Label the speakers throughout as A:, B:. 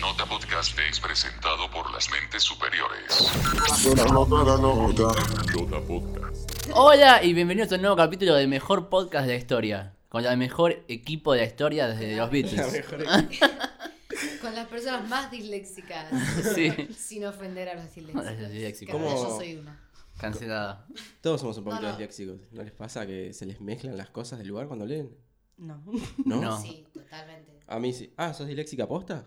A: Nota Podcast es presentado por las mentes superiores.
B: La nota, la nota.
C: Hola y bienvenidos a un nuevo capítulo del mejor podcast de la historia. Con el mejor equipo de la historia desde los Beatles.
D: Con las personas más disléxicas.
C: Sí.
D: Sin ofender a los
C: No,
D: disléxicos.
C: los disléxicos.
D: Que ahora
E: ¿Cómo?
D: Yo soy una.
C: Cancelada.
E: Todos somos un poquito
D: No, no.
E: disléxicos. ¿No les pasa que se les mezclan las cosas del lugar cuando leen?
F: No.
E: ¿No?
C: No.
D: Sí, totalmente.
E: A mí sí. Ah, ¿sos disléxica posta?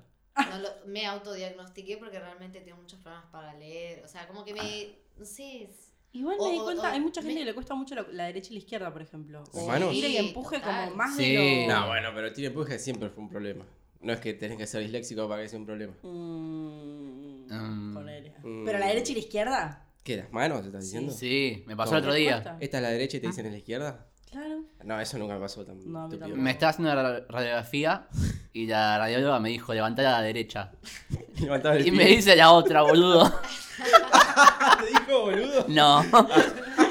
D: No lo- me autodiagnostiqué porque realmente tengo muchos problemas para leer. O sea, como que me. No sé. es-
F: Igual
D: O-
F: me di
D: o-
F: cuenta,
D: o-
F: hay mucha
D: me-
F: gente que le cuesta mucho la, la derecha y la izquierda, por ejemplo.
E: ¿Las
F: O
E: manos?
F: tira y
D: Sí,
F: empuje
D: total.
F: como más
C: Sí.
F: de lo...
C: No,
E: No, bueno, pero tiene empuje siempre fue un problema. No es que tenés que ser disléxico para que sea un problema.
F: Mm,
C: Mm.
F: ponele.
E: Mm.
F: Pero la derecha y la izquierda.
E: ¿Qué, las manos te estás diciendo?
C: Sí, me pasó
E: ¿Cómo?
C: el otro día.
F: Respuesta.
E: ¿Esta es la derecha y te dicen es la izquierda?
F: Claro.
E: No, eso nunca me pasó tan
F: No, a mí
E: estúpido.
F: tampoco.
C: Me estaba haciendo una ra- radiografía y la radióloga me dijo levantá la derecha.
E: Levantaba el
C: Y
E: pie.
C: me dice la otra, boludo.
E: ¿Te dijo, boludo?
C: No.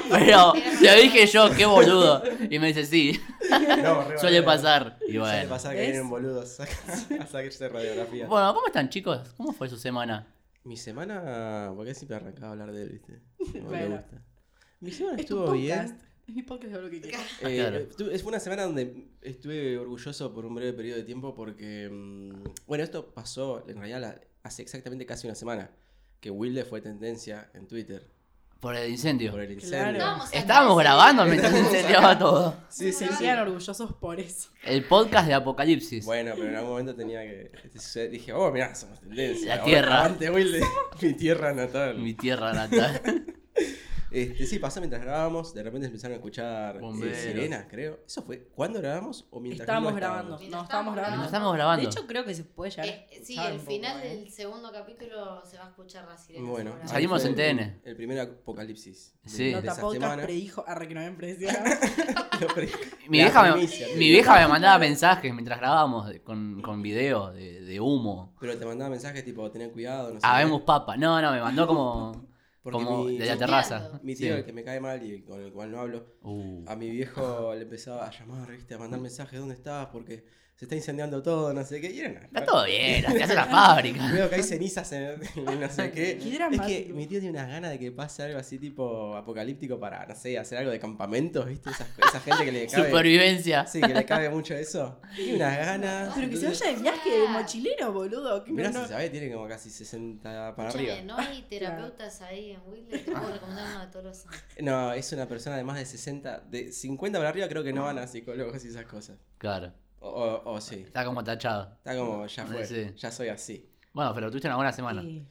C: Pero le dije yo, qué boludo. Y me dice sí.
E: No, re
C: Suele
E: boludo.
C: pasar. Y
E: Suele
C: bueno.
E: pasar que
F: ¿Ves?
E: vienen boludos saca- a sacarse radiografía.
C: Bueno, ¿cómo están chicos? ¿Cómo fue su semana?
E: Mi semana. ¿Por qué siempre arrancaba a hablar de él, viste? No me
F: Bueno.
E: gusta. Mi semana
F: Es tu
E: estuvo
F: podcast.
E: bien.
F: Es mi podcast de lo que quieras.
E: Eh,
C: Ah, claro.
E: estu- es- Fue una semana donde estuve orgulloso por un breve periodo de tiempo porque. mm, Bueno, esto pasó en realidad la- hace exactamente casi una semana. Que Wilde fue tendencia en Twitter
C: Por el incendio.
E: por el
F: Claro.
E: incendio.
D: Estábamos acá,
C: Estábamos
D: sí.
C: grabando mientras se incendiaba todo.
E: Sí, sí, sí.
F: Sean orgullosos por eso.
C: El podcast de Apocalipsis.
E: Bueno, pero en algún momento tenía que. este, suceder. Dije, oh, mirá, somos tendencia.
C: La
E: Ahora,
C: tierra.
E: aguante, Wilde. Mi tierra natal.
C: Mi tierra natal.
E: Este, sí, pasó mientras grabábamos, de repente empezaron a escuchar eh,
C: Bomberos.
E: sirenas, creo. ¿Eso fue cuando grabamos o mientras
F: Estábamos
E: no
F: grabando.
D: Mientras
F: No,
C: Nos
D: estábamos
F: estábamos grabando.
C: estamos grabando.
F: De hecho, creo que se puede llegar. a
D: Eh, eh, sí,
F: escuchar
D: el
F: un
D: final
F: poco, ¿eh?
D: del segundo capítulo se va a escuchar la sirena.
E: Bueno, ahí
D: seguramente.
C: Salimos
E: fue
C: en TN.
E: El primer apocalipsis. de-
C: Sí.
E: de
F: Nota
E: esa
F: podcast
E: semana.
F: predijo. Arre, que no me predecía.
E: Lo pre-
C: mi,
E: la
C: vieja me,
E: primicia,
C: mi
E: sí.
C: vieja me mandaba mensajes mientras grabábamos de- con, con video de, de humo.
E: Pero te mandaba mensajes tipo, tener cuidado, no sé.
C: Habemos papa. No, no, me mandó como,
E: Porque
C: Ah, como
E: mi,
C: de la
D: Chupeando.
C: terraza.
E: mi tío,
C: Sí.
E: el que me cae mal y con el cual no hablo,
C: Uh.
E: a mi viejo le empezaba a llamar, viste, a mandar mensajes, ¿dónde estabas? Porque se está incendiando todo, no sé qué. Y era una-
C: Está todo bien, te hace la fábrica.
E: Veo que hay cenizas en, en no sé qué.
F: Qué
E: es
F: dramático.
E: que mi tío tiene unas ganas de que pase algo así tipo apocalíptico para, no sé, hacer algo de campamentos, ¿viste? Esas- esa gente que le cabe.
C: Supervivencia.
E: sí, que le cabe mucho eso. Tiene unas ganas.
F: Pero que se
E: entonces-
F: vaya de viaje de mochilero, boludo. que
E: Mirá,
F: no-
E: si sabe, tiene como casi 60 para
D: Escúchame,
E: arriba.
D: ¿No hay terapeutas ahí en Wilde?
C: Ah.
D: Te puedo recomendar uno de Tolosa.
E: No, es una persona de más de 60, de 50 para arriba creo que no van a psicólogos y esas cosas.
C: Claro.
E: O, o, o sí.
C: Está como tachado.
E: Está como, ya fue,
C: Sí.
E: ya soy así.
C: Bueno, pero tuviste una buena semana.
F: Sí.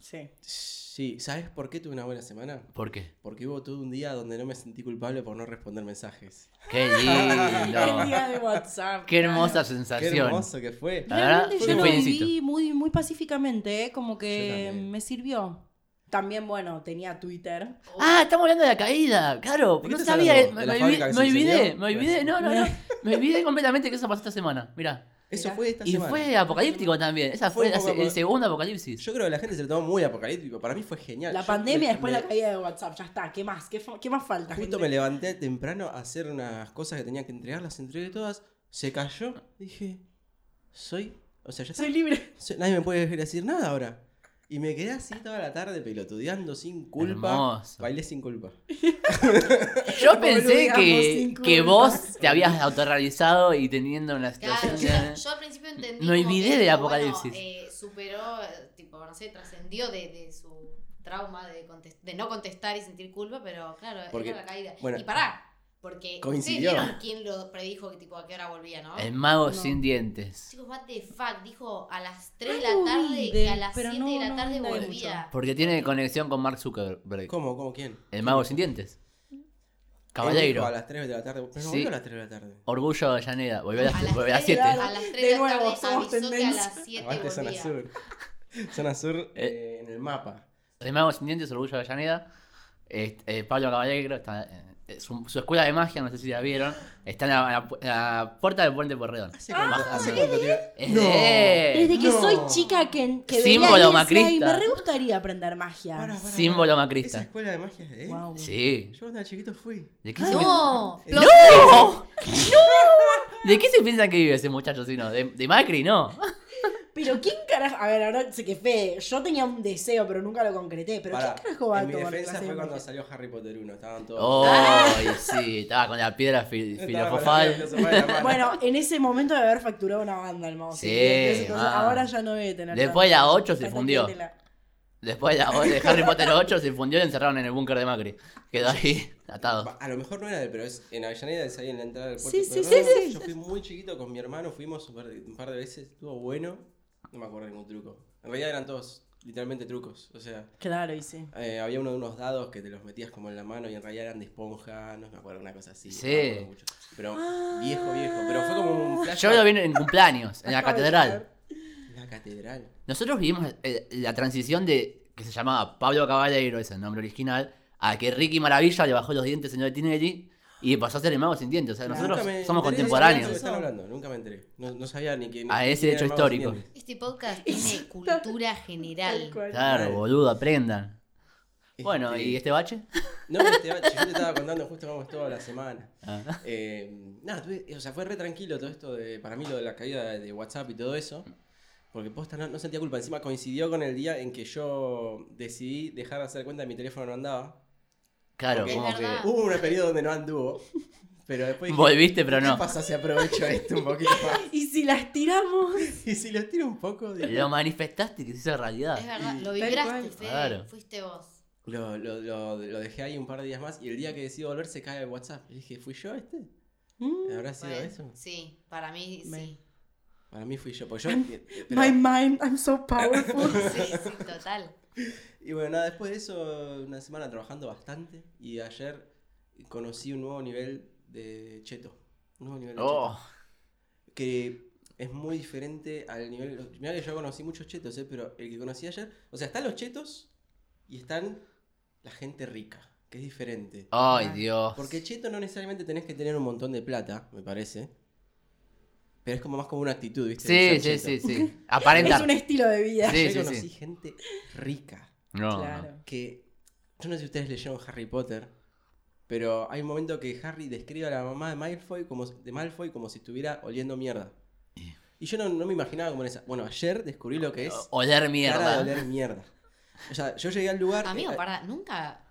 F: Sí.
E: Sí, ¿sabes por qué tuve una buena semana?
C: ¿Por qué?
E: Porque hubo todo un día donde no me sentí culpable por no responder mensajes.
C: Qué
F: El
C: lindo.
F: día de WhatsApp.
C: Qué hermosa
E: Qué
C: sensación.
E: hermoso que fue.
C: La verdad,
F: Realmente
C: fue
F: yo
C: un
F: lo
C: felicito.
F: viví muy, muy pacíficamente, ¿eh? como
E: Yo
F: que
E: también.
F: me sirvió. También, bueno, tenía Twitter.
C: Ah, estamos hablando de la caída, claro, porque
E: ¿De
C: no
E: qué estás
C: sabía,
E: hablando?
C: me,
E: ¿De la
C: me
E: fábrica
C: olvidé,
E: que
C: me
E: se
C: olvidé,
E: incendió?
C: me olvidé, no, no, no, me olvidé completamente que eso pasó esta semana, mirá.
E: Eso
F: Mirá.
E: fue esta
C: Y
E: semana.
C: fue apocalíptico también, esa
E: Fue
C: fue
E: un
C: la
E: poco
C: se- el
E: apo-
C: segundo apocalipsis.
E: Yo creo que la gente se lo tomó muy apocalíptico. Para mí fue genial.
F: La
E: Yo
F: pandemia
E: me-
F: después
E: me-
F: la caída de WhatsApp, ya está. ¿Qué más? ¿Qué, fa- qué más falta?
E: Justo
F: gente?
E: me levanté temprano a hacer unas cosas que tenía que entregar, las entregué todas. Se cayó. Dije, soy. O sea, ya
F: Soy
E: soy,
F: libre.
E: nadie me puede decir nada ahora. Y me quedé así toda la tarde pelotudeando sin culpa.
C: Hermoso.
E: Bailé sin culpa.
C: Yo pensé
F: Boludeamos
C: que,
F: sin
C: que
F: culpa.
C: vos te habías autorrealizado y teniendo una situación...
D: Claro, yo, yo al principio entendí.
C: Me
D: como
C: olvidé
D: que,
C: de
D: tipo,
C: Apocalipsis.
D: bueno, eh, superó, eh, tipo, no sé, trascendió de, de su trauma de, contest- de no contestar y sentir culpa, pero claro,
E: Porque-
D: era la caída.
E: bueno,
D: y pará, porque.
E: coincidió.
D: ¿ustedes vieron quién lo predijo que, tipo, a qué hora volvía, no?
C: El mago
F: No.
C: sin dientes,
D: Chicos, what the fuck, dijo a las 3 de
F: Algo
D: la tarde
F: vi
D: que
F: de-
D: a las
F: pero
D: 7
F: no-
D: de la
F: no
D: tarde
F: vi nada de
D: volvía.
C: porque tiene conexión con Mark Zuckerberg,
E: ¿Cómo? ¿Cómo quién?
C: el mago sin dientes.
E: Él dijo A
C: Caballero,
E: las 3 de la tarde. Pero no
C: Sí.
E: volvió a las 3 de la tarde.
C: orgullo de Llaneda, volvió a las- volvió a las
D: tres de
C: 7.
D: la- a
F: siete.
D: las 3
F: De
D: de la
F: nuevo,
D: tarde
F: somos
D: avisó que a
F: tendencia.
D: las 7
E: Aparte, zona
D: volvía.
E: sur. Zona sur eh, en el mapa.
C: El mago sin dientes, orgullo de Avellaneda. Este, eh, Pablo Caballero, está, eh, su, su escuela de magia, no sé si la vieron, está en la, en la pu- en la puerta del puente Porredón.
E: ¿Hace
F: Ah,
E: cuánto, hace cuánto tiempo-
C: Es de-
F: Desde que
E: No.
F: soy chica que, que
C: Símbolo
F: veía
C: Eh, macrista.
F: y me re gustaría aprender magia.
E: Pará, pará,
C: Símbolo
E: pará.
C: macrista.
E: Esa escuela de magia es de él.
F: Wow.
C: Sí.
E: Yo cuando era chiquito fui.
C: ¿De qué, se
D: No,
E: Eh,
C: pi-
E: no.
C: ¡No! ¡No! ¿De qué se piensa que vive ese muchacho si no? ¿De, de Macri? No.
F: Pero ¿quién carajo? A ver, ahora sé que fe. Yo tenía un deseo, pero nunca lo concreté. Pero
E: Pará,
F: ¿quién carajo va a
E: En mi
F: tomar
E: defensa
F: clases de
E: fue cuando
F: magia?
E: salió Harry Potter 1. Estaban todos.
C: Oh, y sí, estaba con la piedra fil-
E: Estaba con la
C: filosofal.
E: filosofal en la mano.
F: Bueno, en ese momento de haber facturado una banda el mouse.
C: Sí,
F: Entonces, entonces,
C: man.
F: ahora ya no debe tener.
C: Después
F: tanto-
C: la ocho se
F: tanta
C: fundió.
F: clientela.
C: Después de, la- de Harry Potter 8 se fundió y encerraron en el búnker de Macri. Quedó ahí atado.
E: A lo mejor no era él, pero es en Avellaneda, es ahí en la entrada del puerto.
F: Sí, sí,
E: Pero
F: sí,
E: no,
F: sí.
E: Yo fui muy chiquito con mi hermano, fuimos un par de, un par de veces, estuvo bueno. No me acuerdo ningún truco. En realidad eran todos literalmente trucos. O sea,
F: Claro, y sí.
E: eh, había uno de unos dados que te los metías como en la mano y en realidad eran de esponja, no me acuerdo, una cosa así. no
C: Sí.
E: me acuerdo mucho. Pero viejo, viejo. Pero fue como un flash.
C: Yo lo vi en cumpleaños, en la catedral.
E: La catedral.
C: Nosotros vivimos eh, la transición de que se llamaba Pablo Caballero, ese es el nombre original, a que Ricky Maravilla le bajó los dientes señor Tinelli y pasó a ser el mago sin dientes. O sea,
F: Nunca
C: nosotros
E: Nunca me
C: somos
E: enteré de lo que
C: contemporáneos.
E: están hablando, nunca me enteré. No, no sabía ni quién.
C: A
E: ni
C: ese
E: quién
C: hecho
E: era Mago
C: histórico.
E: Siniestro.
D: Este podcast tiene cultura general.
C: Claro, boludo, aprendan. Bueno,
E: Este,
C: ¿y este bache?
E: No, este, bache, yo te estaba contando justo cómo estuvo la semana.
C: Ah.
E: Eh, nada, tuve- o sea, fue re tranquilo todo esto de, para mí, lo de la caída de WhatsApp y todo eso. Porque posta no, no sentía culpa. Encima coincidió con el día en que yo decidí dejar de hacer cuenta de mi teléfono no andaba.
C: Claro,
E: Ok.
C: como
D: Es verdad.
C: que
E: Hubo un periodo donde no anduvo. Pero después dije,
C: volviste pero
E: ¿qué
C: no.
E: pasa si aprovecho esto un poquito más?
F: Y si las tiramos.
E: Y si lo tiro un poco, digo,
C: Lo manifestaste y que se hizo
D: Es
C: realidad.
D: verdad, lo
F: Tal
D: vibraste,
F: cual.
D: Fede.
C: Claro.
D: Fuiste vos.
E: lo, lo, lo, lo dejé ahí un par de días más. Y el día que decidí volver se cae el WhatsApp. Y dije, ¿fui yo este?
F: Mm,
E: ¿Habrá sido
D: Bueno,
E: eso?
D: Sí, para mí
F: Me-
D: sí.
E: Para mí fui yo. Porque yo pero-
F: My mind, I'm so powerful.
D: Sí, sí, total.
E: Y bueno, nada, después de eso, una semana trabajando bastante. Y ayer conocí un nuevo nivel de cheto. Un nuevo nivel de
C: Oh,
E: cheto. Que es muy diferente al nivel. Mirá que yo conocí muchos chetos, eh, pero el que conocí ayer. O sea, están los chetos y están la gente rica, que es diferente.
D: Ah.
C: ay Dios.
E: Porque cheto no necesariamente tenés que tener un montón de plata, me parece. Pero es como más como una actitud, ¿viste?
C: Sí,
E: De ser
C: sí,
E: cheto.
C: sí, sí.
F: es
C: Aparentar.
F: un estilo de vida.
C: Sí,
E: Ayer
C: sí, sí.
E: conocí gente rica.
C: No, no.
F: claro.
E: que yo no sé si ustedes leyeron Harry Potter, pero hay un momento que Harry describe a la mamá de Malfoy como, de Malfoy como si estuviera oliendo mierda.
C: Eh.
E: Y yo no, no me imaginaba como en esa. Bueno, ayer descubrí lo que es
C: Oler
E: cara de
C: Oh, mierda.
E: oler mierda. O sea, yo llegué al lugar.
D: Amigo,
E: eh,
D: para, nunca,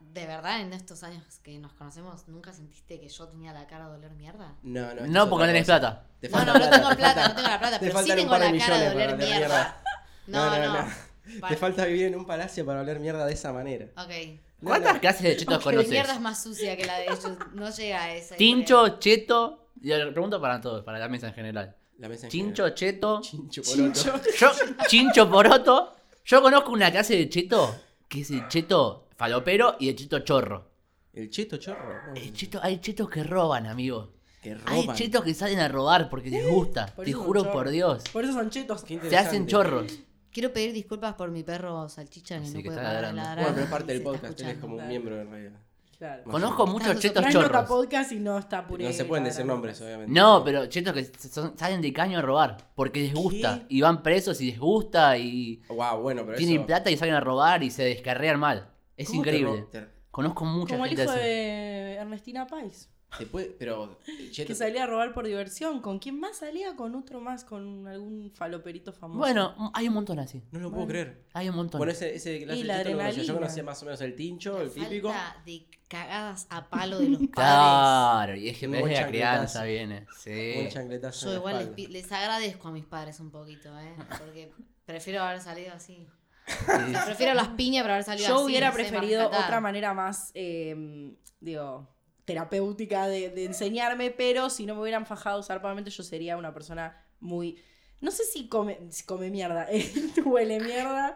D: de verdad, en estos años que nos conocemos, ¿nunca sentiste que yo tenía la cara de oler mierda?
E: No, no, esto
C: No,
E: es
C: porque
E: otra
C: no tenés
E: cosa.
C: plata.
E: Te
D: No,
E: falta
D: no, no
E: plata,
D: tengo
E: te
D: plata,
E: falta-
D: no tengo la plata,
E: te
D: pero sí
E: faltan un
D: tengo
E: par de
D: la cara de
E: millones para
D: oler
E: oler
D: mierda.
E: mierda.
D: No,
E: No, no,
D: no.
E: no.
D: Pa-
E: Te falta vivir en un palacio para oler mierda de esa manera.
D: Ok.
E: No,
C: ¿Cuántas
E: no.
C: clases de chetos
D: Tu mierda
C: conoces?
D: es más sucia que la de ellos, no llega a esa.
C: Tincho, cheto. Y ahora pregunto para todos, para la mesa en general.
E: La mesa en
C: Chincho, cheto.
E: Chincho,
F: Chincho.
E: poroto.
C: Yo, chincho poroto. Yo conozco una clase de cheto que es el cheto falopero y el cheto chorro.
E: El cheto chorro.
C: El cheto, hay chetos que roban, amigo.
E: Que
C: Hay
E: roban.
C: chetos que salen a robar porque les gusta.
F: Por
C: Te
F: eso
C: juro
F: son
C: por
F: chorros.
C: Dios.
F: Por eso son chetos.
E: Qué
C: Se hacen
E: interesante.
C: chorros.
D: Quiero pedir disculpas por mi perro salchicha que
C: Así
D: no
C: que
D: puede
C: está
D: parar de
C: ladrando.
D: ladrar.
E: Bueno, pero es parte
D: Se
E: del
D: está
E: podcast, él es
D: escuchando.
E: como un
F: Claro.
E: miembro en realidad.
F: Claro.
C: Conozco muchos chetos
F: No es nota
C: chorros.
F: podcast y no está puré.
E: No se pueden
F: la
E: decir
F: verdad.
E: nombres, obviamente.
C: No, pero chetos que son- salen de caño a robar porque les gusta. Y van presos y les gusta y
E: Wow, bueno, pero
C: tienen
E: eso...
C: plata y salen a robar y se descarrean mal. Es
E: ¿Cómo te
C: increíble.
E: ro- Te,
C: Conozco mucha
F: Como el
C: gente
F: hijo
C: así.
F: de Ernestina Pais.
E: te puede, pero... cheto-
F: Que salía a robar por diversión. ¿Con quién más salía? Con otro más, con algún faloperito famoso.
C: Bueno, m- hay un montón así.
E: No lo puedo creer.
C: Hay un montón.
E: Bueno, ese, ese clase
F: la
E: de cheto lo conocía. Yo
F: adrenalina.
E: conocía más o menos el tincho, el típico.
D: Falta de cagadas a palo de los padres.
E: Ah,
C: Claro, y es que
E: Un
C: desde
E: buen
C: la crianza
E: chancletazo.
C: viene. Sí.
E: Un chancletazo
D: Yo
E: en la
D: igual les,
E: espalda.
D: pi- les agradezco a mis padres un poquito, ¿eh? Porque prefiero haber salido así. O sea, prefiero las piñas para haber salido así.
F: Yo hubiera
D: no sé,
F: preferido
D: maltratada.
F: otra manera más, eh, digo, terapéutica de, de enseñarme, pero si no me hubieran fajado usar probablemente yo sería una persona muy... No sé si come, si come mierda, eh, huele mierda.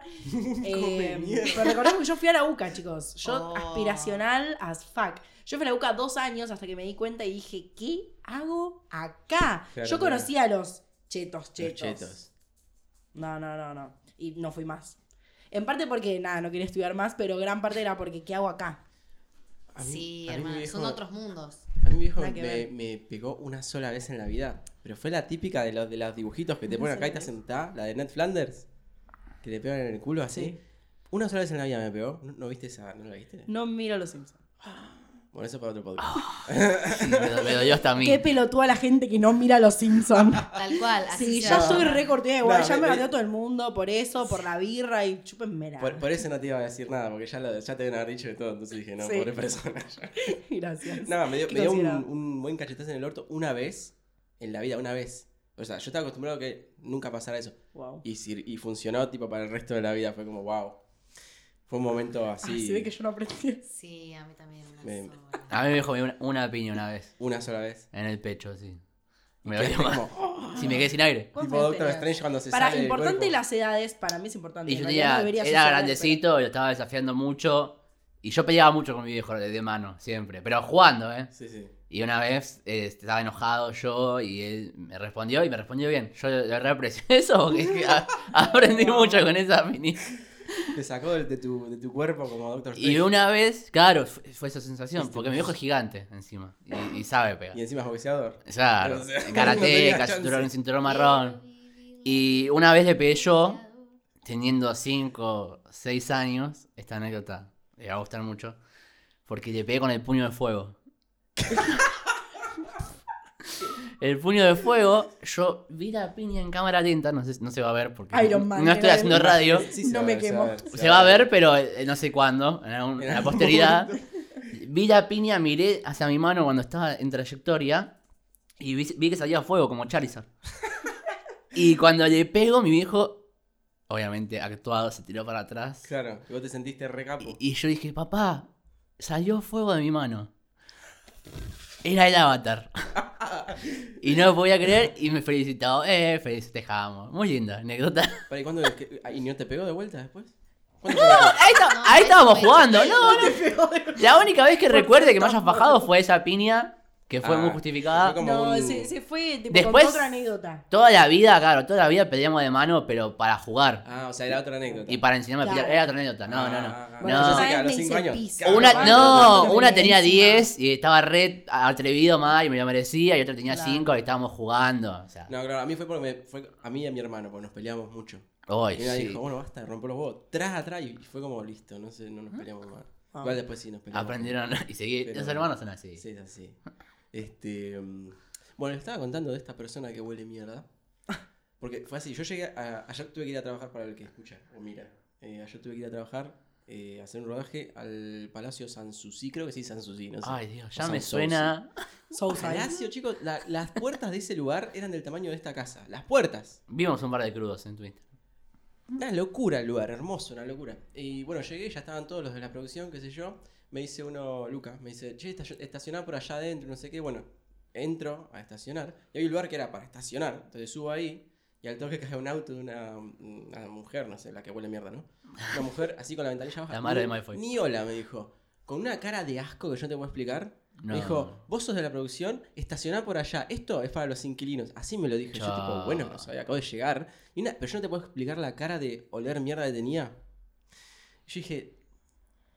F: Eh,
E: Come mierda.
F: Pero recordemos que yo fui a la UCA, chicos. Yo
D: Oh.
F: aspiracional as fuck. Yo fui a la UCA dos años hasta que me di cuenta y dije, ¿qué hago acá?
E: Claro, claro.
F: yo conocía a los chetos,
E: Los
F: chetos.
E: chetos.
F: No, no, no, no. Y no fui más. En parte porque, nada, no quería estudiar más, pero gran parte era porque, ¿qué hago acá?
E: A mí-
D: Sí,
E: a mí mi
D: hermano, son
E: viejo-
D: otros mundos.
E: A mí mi viejo
F: Nada que
E: me,
F: ver.
E: me pegó una sola vez en la vida. Pero fue la típica de los, de los dibujitos que te
F: Una
E: ponen acá
F: sola
E: y te
F: vez.
E: sentás, la de Ned Flanders. Que te pegan en el culo así. Una sola vez en la vida me pegó. ¿No, no viste esa? ¿No la viste?
F: No miro los Simpsons.
E: Bueno, eso para otro podcast.
F: Ah.
C: Sí, me, do- me dolió hasta a mí.
F: Qué pelotuda la gente que no mira los Simpsons.
D: Tal cual. Así
F: Sí,
D: se
F: ya
D: va.
F: estoy recortada igual,
E: No,
F: ya
E: me-
F: me
E: me-
F: ganó todo el mundo por eso, por la birra y chúpenmela.
E: Por, por eso no te iba a decir nada, porque ya, lo- ya te deben haber dicho de todo, entonces dije, no,
F: Sí.
E: pobre persona.
F: Gracias.
E: Nada, me dio,
F: Qué
E: me dio un,
F: considerado.
E: un buen cachetazo en el orto una vez, en la vida, una vez. O sea, yo estaba acostumbrado a que nunca pasara eso.
F: Wow.
E: Y, sir- y funcionó tipo para el resto de la vida, fue como, wow. Fue un momento así.
F: Así de Ah, que yo no aprendí.
D: Sí, a mí también. una
E: Me-
D: sola.
C: A mí me dijo una, una piña una vez.
E: Una sola vez.
C: En el pecho, sí. Me
E: Que
C: dolió
E: fue
C: más.
E: como,
C: Si me quedé sin aire.
F: ¿Cuántos
E: tipo
F: años
E: Doctor
F: tenías?
E: Strange cuando se
F: Para,
E: sale del
F: importante
E: cuerpo.
F: las edades, para mí es importante.
C: Y yo
F: En realidad no
C: tenía,
F: debería
C: era
F: suceder,
C: grandecito y lo estaba desafiando mucho. Y yo peleaba mucho con mi viejo de, de mano, siempre. Pero jugando, ¿eh?
E: Sí, sí.
C: Y una vez eh, estaba enojado yo y él me respondió y me respondió bien. Yo le reaprecié eso porque es que a- aprendí mucho con esa mini.
E: Te sacó de, de tu, de tu cuerpo como Doctor Strange.
C: Y una vez, claro, fu- fue esa sensación, porque mi viejo es gigante encima y, y sabe pegar.
E: Este Y encima es boxeador.
C: Claro,
E: O sea, no tenía
C: karateca,
E: chance.
C: cinturón, cinturón marrón. Y una vez le pegué yo, teniendo 5, 6 años, esta anécdota le va a gustar mucho, porque le pegué con el puño de fuego. El puño de fuego, yo vi la piña en cámara lenta, no, sé, no se va a ver porque
F: Iron
C: no,
F: Man,
C: no estoy
F: era
C: haciendo
F: el-
C: radio.
E: Sí, se va
F: No
E: a
F: me
E: ver, se
F: quemo.
E: va a ver,
C: Se va a ver, pero eh, no sé cuándo, en, algún- en
E: En
C: la
E: algún
C: posteridad. Vi la piña, miré hacia mi mano cuando estaba en trayectoria y vi, vi que salía fuego como Charizard. y cuando le pego, mi viejo, obviamente actuado, se tiró para atrás.
E: Claro, y vos te sentiste re capo.
C: Y, y yo dije, papá, salió fuego de mi mano. Era el avatar. y no lo podía creer y me felicitó. Eh, felicitamos. Muy linda anécdota.
E: Pará, ¿Y cuándo- qué- ah, ¿Y no te pegó de vuelta después? ¿Cuándo
C: Ahí, está-
D: No,
C: ahí
D: eso
C: estábamos
D: me-
C: jugando. No, no. La única vez que recuerde que me hayas bajado fue esa piña que fue
E: Ah,
C: muy
E: fue
C: justificada.
E: como
F: No,
E: un-
F: se, se fue tipo,
C: Después-
F: con otra anécdota.
C: Toda la vida, claro, toda la vida peleamos de mano, pero para jugar.
E: Ah, o sea, era otra anécdota.
C: Y para enseñarme a pelear.
F: Claro.
C: Era otra anécdota. No, no,
E: Ah,
C: no.
E: bueno, yo
C: no.
E: sé que a
F: Ay,
E: los 5
F: me hice
E: años.
F: pis.
E: claro,
C: Una,
E: claro,
C: no,
F: claro.
C: una tenía
F: Encima.
C: 10 y estaba re atrevido mal y me lo merecía, y otra tenía
F: Claro.
C: 5 y estábamos jugando. O sea,
E: No, claro, a mí fue porque me- fue a mí y a mi hermano, porque nos peleamos mucho.
C: hoy
E: Y ella
C: sí.
E: dijo, bueno, basta, rompo los huevos. Tras atrás y fue como listo, no sé, no nos peleamos más.
F: Ah.
E: Igual después sí nos peleamos.
C: Aprendieron y seguí.
E: Pero-
C: Los hermanos son así.
E: Sí, es así. Este. mm, Bueno, les estaba contando de esta persona que huele mierda. Porque fue así, yo llegué a- Ayer tuve que ir a trabajar para el que escucha o mira. Eh, ayer tuve que ir a trabajar, eh, a hacer un rodaje al Palacio Sanssouci, creo que sí, Sanssouci, no sé.
C: Ay, Dios, ya
E: O
C: me
E: Sanssouci.
C: suena.
F: Sousa.
E: Palacio, chicos, la- las puertas de ese lugar eran del tamaño de esta casa. Las puertas.
C: Vimos un par de crudos en Twitter.
E: Una locura el lugar, hermoso, una locura. Y bueno, llegué, ya estaban todos los de la producción, qué sé yo. Me dice uno, Lucas, me dice, che, esta- estacioná por allá adentro, no sé qué. Bueno, entro a estacionar. Y hay un lugar que era para estacionar. Entonces subo ahí y al toque cae un auto de una, una mujer, no sé, la que huele mierda, ¿no? Una mujer así con la ventanilla baja.
C: La madre de
E: ni-
C: Malfoy.
E: Ni hola, me dijo. Con una cara de asco que yo no te puedo explicar.
C: No.
E: Me dijo, vos sos de la producción, estacioná por allá. Esto es para los inquilinos. Así me lo dije. Yo, tipo,
C: Chao.
E: bueno, no sabía, acabo de llegar. Y una- pero yo no te puedo explicar la cara de oler mierda que tenía. Yo dije,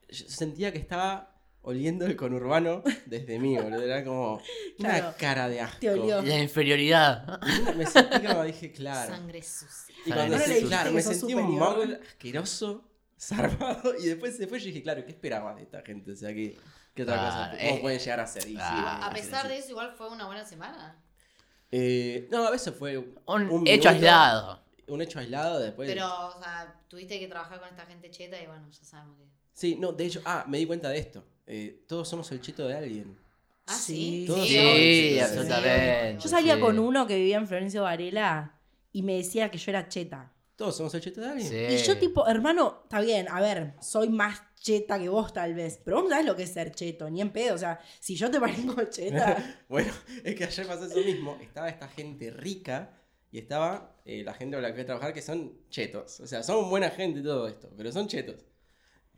E: yo sentía que estaba oliendo el conurbano desde mí, boludo. Era como una
F: Claro.
E: cara de asco.
F: Te olió.
C: La inferioridad.
E: Y una- me sentí como dije, claro.
D: Sangre sucia.
E: Y cuando
C: Sangre sucia. No
E: se-
C: le
E: claro, me
F: dijiste que sos
E: sentí un
F: superior.
E: mogul asqueroso, zarpado. Y después se fue. Yo dije, claro, ¿qué esperaba de esta gente? O sea, ¿qué, qué otra
C: Claro,
E: cosa? ¿Cómo
C: eh.
E: pueden llegar a ser? Y sí,
C: Ah,
E: sí,
D: A pesar
E: sí.
D: de eso, igual fue una buena semana.
E: Eh, no, eso fue
C: Un,
E: un
C: hecho
E: minuto,
C: aislado.
E: Un hecho aislado después. de-
D: Pero, o sea, tuviste que trabajar con esta gente cheta y bueno, ya sabemos que.
E: Sí, no, de hecho, ah, me di cuenta de esto. Eh, todos somos el cheto de alguien.
D: Ah,
F: Sí.
D: sí.
E: Todos
C: Sí,
E: sí,
C: absolutamente.
F: Yo salía
C: Sí.
F: con uno que vivía en Florencio Varela y me decía que yo era cheta.
E: Todos somos el cheto de alguien.
C: Sí.
F: Y yo tipo, hermano, está bien, a ver, soy más cheta que vos tal vez, pero vos no sabés lo que es ser cheto, ni en pedo, o sea, si yo te parezco cheta,
E: Bueno, es que ayer pasó eso mismo. Estaba esta gente rica y estaba eh, la gente con la que voy a trabajar que son chetos. O sea, son buena gente y todo esto, pero son chetos.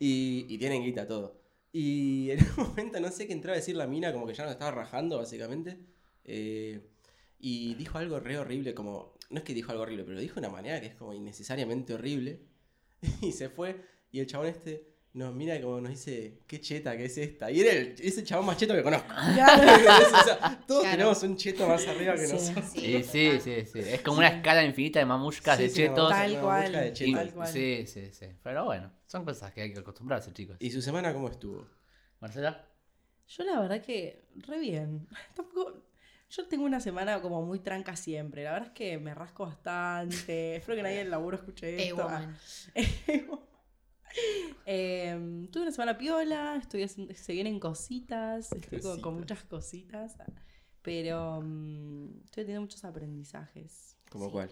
E: Y, y tienen guita todo. Y en un momento no sé qué entraba a decir la mina, como que ya nos estaba rajando, básicamente. Eh, y dijo algo re horrible, como. No es que dijo algo horrible, pero dijo de una manera que es como innecesariamente horrible. Y se fue. Y el chabón este nos mira y como nos dice, qué cheta que es esta. Y era el, ese chabón más cheto que conozco. O sea, todos
D: Claro.
E: tenemos un cheto más arriba que
F: Sí.
E: nosotros.
C: Y sí,
D: total.
C: sí, sí. Es como una escala infinita de mamushkas
E: Sí,
C: de
E: sí, una
C: chetos.
E: mamushka,
F: Tal
E: una
F: cual.
E: mamushka de
C: Y-
E: chetos.
F: Tal cual.
C: Sí, sí, sí. Pero bueno, son cosas que hay que acostumbrarse, chicos.
E: ¿Y su semana cómo estuvo?
C: Marcela,
F: Yo la verdad que re bien. Tampoco... Yo tengo una semana como muy tranca siempre. La verdad es que me rasco bastante. Espero que nadie en el laburo escuche
D: Hey,
F: esto.
D: woman.
F: Em, tuve una semana piola, estoy haciendo- se vienen cositas, estoy con- Con,
E: Cositas.
F: muchas cositas, ah, pero mm, estoy teniendo muchos aprendizajes.
E: ¿Como
F: Sí.
E: cuál?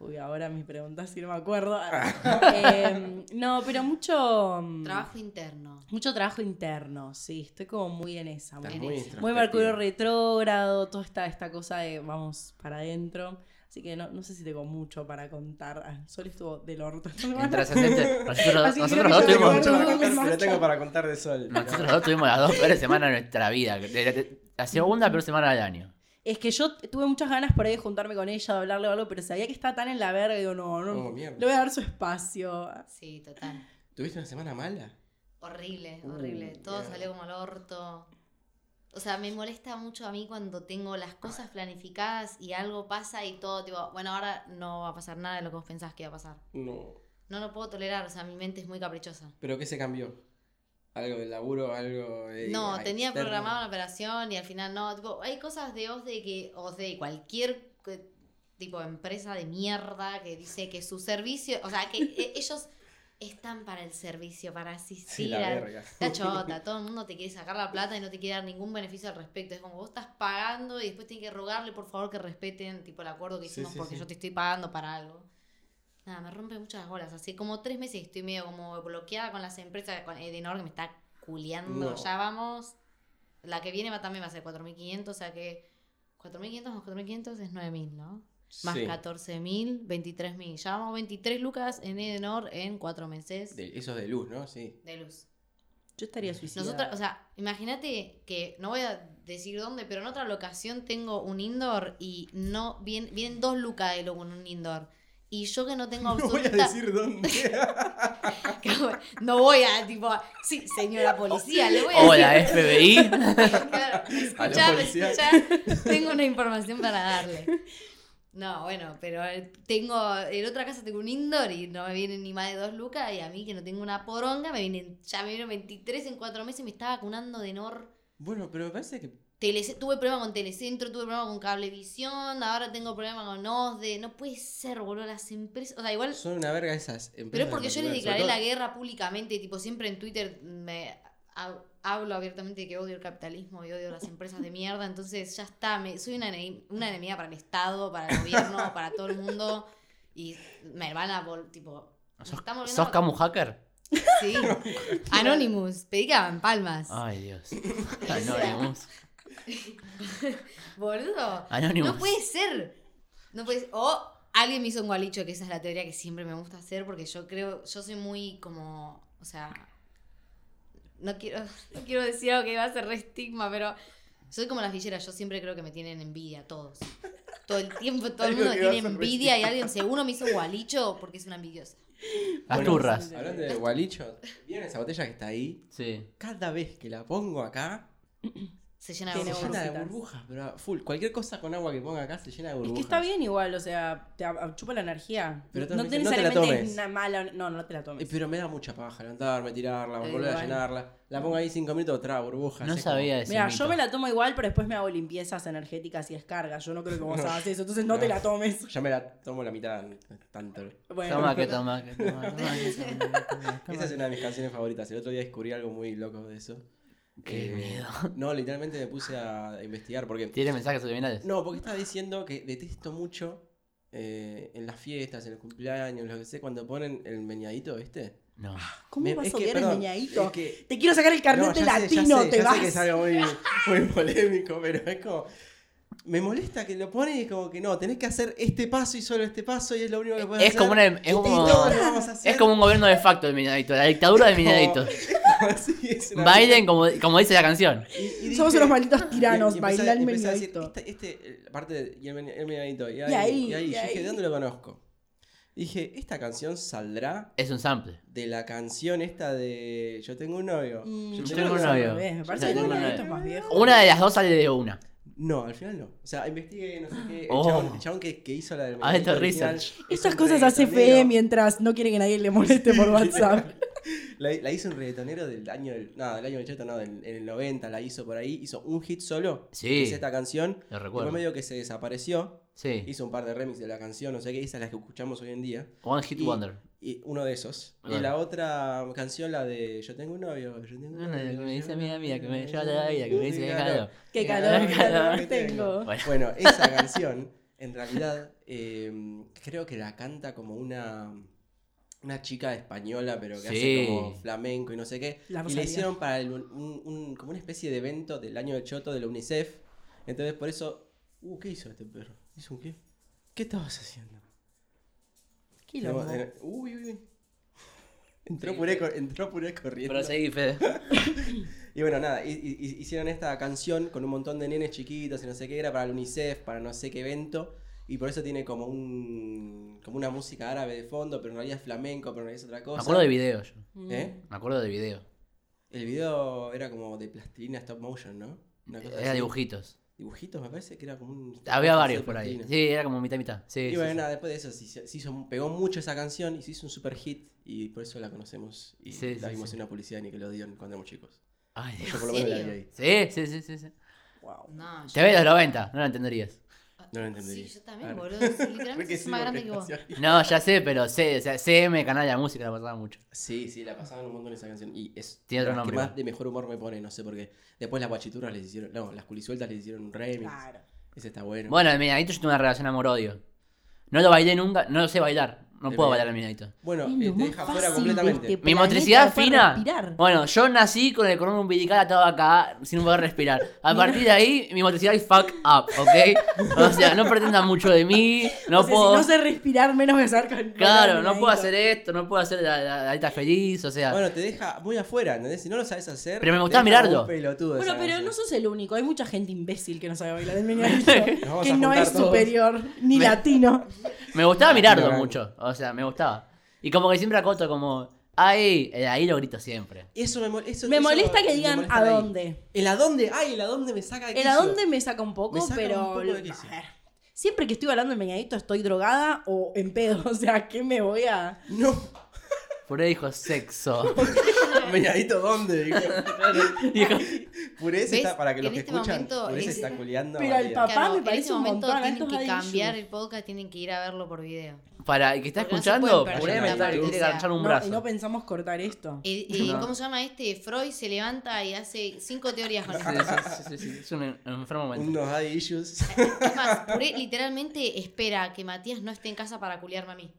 F: Uy, ahora mis preguntas si no me acuerdo.
E: Ah.
F: Em, no, pero mucho mm,
D: Trabajo interno.
F: mucho trabajo interno, sí, estoy como muy en esa.
E: Estás
F: muy-
D: Bien
E: muy
D: hecho.
E: introspectiva.
F: muy Mercurio retrógrado, toda esta, esta cosa de vamos para adentro. Así que no, no sé si tengo mucho para contar. Ah, Sol estuvo del orto. esta semana.
C: En trascendente, nosotros,
F: Así que
C: nosotros
F: no
C: dos
F: te
E: Tengo
C: tuvimos,
E: mucho para contar,
F: Marcha.
E: pero tengo para contar de sol.
C: nosotros dos tuvimos las dos peores semanas de nuestra vida. De- de- de- La segunda peor semana del año.
F: Es que yo t- tuve muchas ganas por ahí de juntarme con ella, de hablarle o algo, pero sabía que estaba tan en la verga y digo, no, no,
E: Oh, mierda.
F: le voy a dar su espacio.
D: Sí, total.
E: ¿Tuviste una semana mala?
D: Horrible,
E: Uh,
D: horrible. Todo
E: mierda.
D: salió como el orto. O sea, me molesta mucho a mí cuando tengo las cosas planificadas y algo pasa y todo, tipo, bueno, ahora no va a pasar nada de lo que vos pensás que iba a pasar.
E: No.
D: No lo puedo tolerar, o sea, mi mente es muy caprichosa.
E: ¿Pero qué se cambió? ¿Algo del laburo? ¿Algo de-
D: No,
E: ah,
D: tenía
E: externo?
D: programada una operación y al final no. Tipo, hay cosas de OSDE que, o de cualquier que- tipo de empresa de mierda que dice que su servicio, o sea, que eh, ellos están para el servicio, para asistir
E: Sí, la
D: al-
E: verga.
D: Está chota, todo el mundo te quiere sacar la plata y no te quiere dar ningún beneficio al respecto. Es como vos estás pagando y después tienes que rogarle por favor que respeten tipo el acuerdo que
E: Sí,
D: hicimos
E: sí,
D: porque
E: sí.
D: yo te estoy pagando para algo. Nada, me rompe muchas bolas. Así como tres meses estoy medio como bloqueada con las empresas, con Edenor que me está culiando.
E: No.
D: Ya vamos. La que viene va- también va a ser 4.500, o sea que 4.500 más 4.500 es 9.000, ¿no? Más
E: Sí.
D: 14.000, 23.000. Ya vamos 23 lucas en Edenor en cuatro meses
E: De- eso es de luz, ¿no? Sí.
D: de luz.
F: Yo estaría suicida.
D: Nosotros, o sea, imagínate que no voy a decir dónde, pero en otra locación tengo un indoor y no vienen, vienen dos lucas de lo con un indoor. Y yo que no
E: No
D: tengo
E: voy a
D: absoluta.
E: decir dónde.
D: que voy- no voy a, tipo, sí, señora policía, le voy a
C: Hola,
D: decir.
C: FBI.
D: Claro,
E: A la
D: escuchá,
E: policía.
D: escuchá, tengo una información para darle. No, bueno, pero eh, tengo, en otra casa tengo un indoor y no me vienen ni más de dos lucas y a mí que no tengo una poronga, me vienen, ya me vieron 23 en cuatro meses y me estaba vacunando de nor.
E: bueno, pero me parece que.
D: Telece- tuve problema con Telecentro, tuve problema con Cablevisión, ahora tengo problema con OSDE. No puede ser, boludo, las empresas. O sea, igual.
E: Son una verga esas empresas.
D: Pero es porque yo les
E: particulares,
D: declaré
E: sobre
D: la
E: todo-
D: guerra públicamente, tipo, siempre en Twitter me hab- hablo abiertamente de que odio el capitalismo y odio las empresas de mierda. Entonces, ya está, me, soy una, ene- una enemiga para el Estado, para el gobierno, para todo el mundo. Y me van a. vol- Tipo. me
C: ¿Sos,
D: están volviendo-
C: ¿Sos Camu Hacker?
D: Sí. Anonymous, pedí que hagan palmas.
E: Ah.
C: Ay, Dios. Anonymous.
D: Boludo.
C: Anonymous.
D: No puede ser. No puede ser. O alguien me hizo un gualicho, que esa es la teoría que siempre me gusta hacer, porque yo creo, yo soy muy como, o sea, no quiero, no quiero decir algo que va a ser re estigma, pero soy como las villeras, yo siempre creo que me tienen envidia todos. Todo el tiempo, todo el
E: Algo
D: mundo me
E: que va a
D: tiene
E: ser re
D: envidia y alguien seguro me hizo un gualicho porque es una envidiosa.
C: Las
E: Bueno,
C: turras.
E: Hablando de gualichos, ¿vieron esa botella que está ahí?
C: Sí.
E: Cada vez que la pongo acá,
D: Se llena de
E: se
F: Tiene
D: orgullo.
E: llena de
F: burbujitas.
E: burbujas, pero a full. Cualquier cosa con agua que ponga acá se llena de
F: Es
E: burbujas.
F: que está bien igual, o sea, te a- chupa la energía.
E: Pero
F: no
E: también- no te la
F: necesariamente
E: tomes.
F: es una mala. No, no te la
E: Eh,
F: tomes.
E: Pero me da mucha paja levantarme, tirarla,
F: Eh,
E: volver a
F: igual.
E: llenarla. La pongo ahí cinco minutos, otra burbuja.
C: No
E: así es como-
C: sabía eso.
F: Mira, yo me la tomo igual, pero después me hago limpiezas energéticas y descargas. Yo no creo que vos hagas eso, entonces no,
E: No.
F: te la tomes.
E: Ya me la tomo la mitad, no es tanto.
F: Bueno,
C: Toma que toma, que toma, toma, que toma, que toma,
E: Esa es
C: toma.
E: una de mis canciones favoritas. El otro día descubrí algo muy loco de eso.
C: Qué
E: Eh,
C: miedo.
E: No, literalmente me puse a investigar porque...
C: ¿Tiene mensajes subliminales?
E: No, porque estaba diciendo que detesto mucho eh, en las fiestas, en los cumpleaños, en lo que sé, cuando ponen el meñadito, ¿viste?
C: No.
F: ¿Cómo
E: Me-
F: vas
E: es
F: a
E: que,
F: odiar el
E: perdón,
F: meñadito?
E: es que-
F: Te quiero sacar el carnet
E: No,
F: de
E: ya sé, ya
F: latino,
E: sé,
F: te
E: ya
F: vas.
E: Sé que es algo muy, muy polémico, pero es como. Me molesta que lo ponen y es como que no, tenés que hacer este paso y solo este paso y es lo único que podés
C: Es
E: hacer.
C: como una- es
E: y
C: como-
F: Ah.
E: todos lo vamos a hacer.
C: Es como un gobierno de facto de minaditos, la dictadura de minaditos.
E: Sí, es una-
C: Biden, como, como dice la canción.
E: Y- y
F: Somos
E: dije-
F: unos malditos
E: y-
F: tiranos,
E: y empecé a-
F: bailar el
E: empecé a decir,
F: meñadito.
E: Este, este, eh, parte de- y el, meni- el meñadito. Y ahí,
F: ahí,
E: y ahí,
F: y
E: yo dije,
F: ahí.
E: ¿de dónde lo conozco? Dije, esta canción saldrá
C: Es un sample.
E: de la canción esta de Yo tengo un novio.
F: Mm,
C: Yo tengo
F: yo creo que
C: un
F: es al
C: novio.
F: revés, Me
C: Yo
F: parece que
C: tengo
F: el
C: un novio.
F: meñadito es más viejo.
C: Una de las dos sale de una.
E: No, al final no. O sea, investigué, no sé qué. El
C: Oh.
E: chabón, el chabón que, que hizo la del
C: Ah, esto
E: meñadito
C: es
E: original
C: research.
E: es
F: Estas
E: un
F: cosas hace
E: reggaetonero.
F: fe mientras no quiere que nadie le moleste por WhatsApp.
E: La, la hizo un reggaetonero del año del, no, del año 80, no, del, en el 90 la hizo por ahí, hizo un hit solo, que
C: Sí.
E: es esta canción,
C: Lo recuerdo.
E: después medio que se desapareció,
C: Sí.
E: hizo un par de remixes de la canción, no sé qué, esas las que escuchamos hoy en día,
C: One Hit
E: y-
C: Wonder.
E: y uno de esos. Y
C: Claro.
E: la otra canción, la de Yo tengo un novio, yo tengo un
C: Una de
E: novio,
C: que me
E: yo-
C: dice amiga mía, que me lleva toda la vida, que me dice que calor.
F: Qué
E: Qué
F: calor,
C: calor,
F: calor
E: que
F: tengo.
C: Bueno.
E: Bueno, esa canción, en realidad, eh, creo que la canta como una, una chica española, pero que hace
C: Sí.
E: como flamenco y no sé qué.
F: La
E: y la
F: Rosalía.
E: hicieron para el- un- un- como una especie de evento del año del choto de la UNICEF. Entonces, por eso. Uh, ¿qué hizo este perro? ¿Hizo un qué? ¿Qué estabas haciendo?
F: Quilombo.
C: eh,
E: Tenemos- Uy, uy, uy. Entró puré, cor- entró puré corriendo.
C: Pero seguí, Fede.
E: Y bueno, nada, hi- hi- hi- hicieron esta canción con un montón de nenes chiquitos y no sé qué, era para el UNICEF, para no sé qué evento, y por eso tiene como un como una música árabe de fondo, pero en realidad es flamenco, pero en realidad es otra
C: Me
E: cosa.
C: acuerdo de video yo.
F: Mm.
E: ¿Eh?
C: Me acuerdo de video.
E: El video era como de plastilina stop motion, ¿no? Una cosa
C: Era
E: así.
C: dibujitos.
E: Dibujitos, me parece que era como un...
C: Había
E: así
C: varios
E: de
C: por ahí.
E: plastilina.
C: Sí, era como mitad mitad. Sí,
E: Y
C: sí,
E: bueno,
C: sí.
E: nada, después de eso se hizo- se hizo- pegó mucho esa canción y se hizo un super hit y por eso la conocemos y
C: Sí,
E: la
C: sí,
E: vimos
C: sí.
E: en una publicidad de Nickelodeon cuando éramos chicos.
C: Ay, Dios.
E: Yo por lo menos la vi
D: serio?
E: ahí.
C: Sí, sí, sí, sí, sí.
F: Wow.
D: No, yo-
C: Te ves los 90, no lo entenderías.
E: No lo entendí.
D: Sí, yo también,
E: Claro.
D: boludo. Sí, Literalmente
E: Porque
D: es
E: sí,
D: más
E: porque
D: grande que vos.
E: nació-
C: No, ya sé, pero sé, o sea, CM, canal de la música, la pasaba mucho.
E: Sí, sí, la pasaban un montón esa canción. Y es
C: Tiene otro
E: las que
C: nombre,
E: más
C: igual.
E: de mejor humor me pone, no sé por qué. Después las guachiturras les hicieron. No, las culisueltas les hicieron un remix.
F: Claro.
E: Ese está bueno.
C: Bueno, el Minadito yo tuve una relación amor-odio. No lo bailé nunca, no lo sé bailar. No
E: El
C: puedo bailar
E: Minadito.
C: el Minadito.
E: Bueno,
F: Es lo
E: eh, te
F: más
E: deja
F: fácil
E: fuera
F: de
E: completamente.
C: Mi
F: este planeta
C: motricidad
F: fue
C: fina.
F: respirar.
C: Bueno, yo nací con el cordón umbilical atado acá sin poder respirar. A partir de ahí, mi motricidad es fuck up, ¿ok? O sea, no pretendan mucho de mí, no
F: O sea,
C: puedo.
F: Si no sé respirar, menos besar con.
C: Claro,
F: con
C: no
F: el
C: puedo
F: dedito.
C: hacer esto, no puedo hacer la, la, la alta feliz, o sea.
E: Bueno, te deja muy afuera, ¿entendés? Si no lo sabes hacer.
C: Pero me
E: te
C: gustaba
E: deja
C: mirarlo.
E: un pelotudo
F: Bueno,
E: esa
F: pero
E: canción.
F: no sos el único. Hay mucha gente imbécil que no sabe bailar el meneadito.
E: vamos
F: que
E: a
F: no
E: juntar
F: es
E: todos.
F: superior, ni
C: Me-
F: latino.
C: Me gustaba mirarlo
E: Ignorante.
C: mucho, o sea, me gustaba. Y como que siempre acoto como, ay, eh, ahí lo grito siempre.
E: Eso me, mol- eso-
F: Me
E: eso
F: molesta
E: me
F: que digan
E: molesta
F: a
E: de ahí.
F: dónde.
E: ¿El a dónde? Ay, el a dónde me saca de
F: El
E: quicio.
F: a dónde me saca un poco,
E: Me saca
F: pero.
E: un poco de
F: a
E: quicio.
F: ver, Siempre que estoy hablando del meñadito estoy drogada o en pedo. O sea, ¿qué me voy a.?
E: No.
C: Por ahí dijo sexo.
E: Meñadito, ¿dónde? Dijo.
C: Dijo,
E: Purés
D: ¿Ves?
E: está para que los
D: En
E: que
D: este
E: escuchan.
D: momento
E: Purés
D: es-
E: está culeando. a
F: Pero el
E: María.
F: papá
D: Claro,
F: me
D: en
F: parece
D: ese
F: un
D: momento
F: montón.
D: tienen
F: estos
D: que
F: adillos.
D: cambiar el podcast, tienen que ir a verlo por video.
C: Para el que está
D: Porque no se
C: escuchando,
D: pueden
C: puré me
E: perder
C: está,
E: la
C: quiere
D: noticia.
C: garchar un
F: No,
C: brazo.
F: y no pensamos cortar esto.
D: Eh, eh,
C: No.
D: ¿Cómo se llama este? Freud se levanta y hace cinco teorías con
C: Sí,
D: eso.
C: sí, sí, sí, sí, es un en- enfermo mental.
E: Unos daddy issues.
D: Es más, Puré literalmente espera a que Matías no esté en casa para culiarme a mí.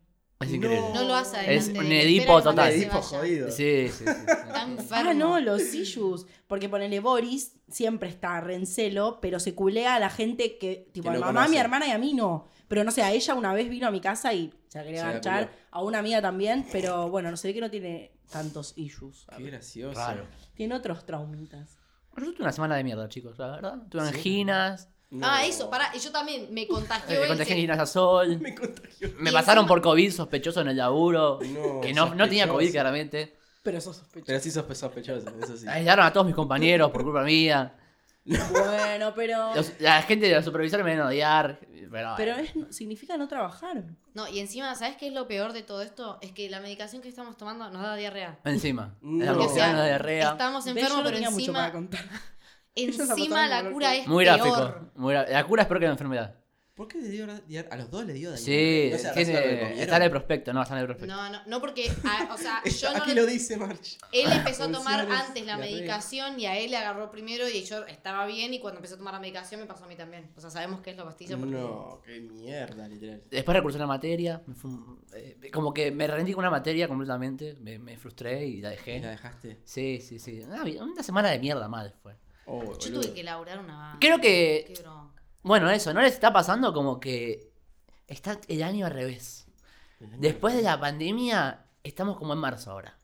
C: Es increíble.
D: No lo hace adelante.
C: Es
D: de
C: un
D: él, espera
C: Edipo
D: que Matías
C: total.
D: se
E: Edipo
D: vaya.
E: jodido.
C: Sí, sí, sí.
D: Está
C: sí.
D: enfermo.
F: Ah, no, los issues. Porque ponele Boris, siempre está rencelo, pero se culea a la gente que, tipo,
E: Que
F: a mi
E: no
F: mamá, a mi
E: conoce.
F: hermana y a mí no. Pero no sé, a ella una vez vino a mi casa y se la quería
E: Se la
F: garchar,
E: culió.
F: a una amiga también, pero bueno, no sé que no tiene tantos issues.
E: Qué gracioso.
C: Raro.
F: Tiene otros traumitas.
C: Yo tuve una semana de mierda, chicos, la verdad. Tuve
E: Sí.
C: anginas,
E: No.
D: Ah, eso, pará. y Yo también me
C: eh,
D: contagió. él,
C: contagié
D: se-
C: anginas a sol.
E: Me contagió.
C: Me
D: Y
C: pasaron
D: encima-
C: por COVID sospechoso en el laburo.
E: No,
C: que no, no tenía
E: sospechoso.
C: COVID, claramente.
F: Pero sos sospechoso.
E: Pero sí sospe- sospechoso, eso sí.
C: Aislaron a todos mis compañeros por culpa mía.
F: bueno, pero.
C: Los- la gente de los supervisores me iban a odiar. Pero,
F: Pero
C: bueno.
F: es- significa no trabajar.
D: No, y encima, ¿sabes qué es lo peor de todo esto? Es que la medicación que estamos tomando nos da diarrea.
C: encima.
E: No.
C: La
E: Porque,
D: o sea,
C: murciana, la diarrea.
D: Estamos
F: Ve, yo
D: enfermos,
F: no
D: pero
F: tenía mucho para
D: encima,
F: contar. Ellos la
D: encima
F: pasaron
D: la
F: como
D: cura
F: locos.
D: es
C: Muy
D: peor.
C: gráfico. muy gra- la cura es peor que la enfermedad.
E: ¿Por qué le dio diarrea? A los dos le dio diarrea.
C: Sí,
E: No sé,
C: tiene-
E: ¿se lo comieron?
C: está en el prospecto, no, está en el prospecto.
D: No, no, no porque, a- o sea, Ah, yo no
E: Aquí
D: le-
E: lo dice March.
D: Él empezó a tomar
E: Funciones,
D: antes la
E: diarrea.
D: medicación y a él le agarró primero y yo estaba bien y cuando empezó a tomar la medicación me pasó a mí también. O sea, sabemos que es la pastilla porque...
E: No, qué mierda, literal.
C: Después recursé una materia, me fue un- eh, como que me rendí con una materia completamente, me, me frustré y la
E: ¿Y ¿La
C: dejé.
E: dejaste?
C: Sí, sí, sí. Una, vi- una semana de mierda mal fue.
E: Oh,
D: Yo
E: boludo.
D: tuve que laburar una banda.
C: Creo que-
D: Qué bronca.
C: Bueno, eso, ¿no les está pasando como que está el año al revés? Después de la pandemia, estamos como en marzo ahora.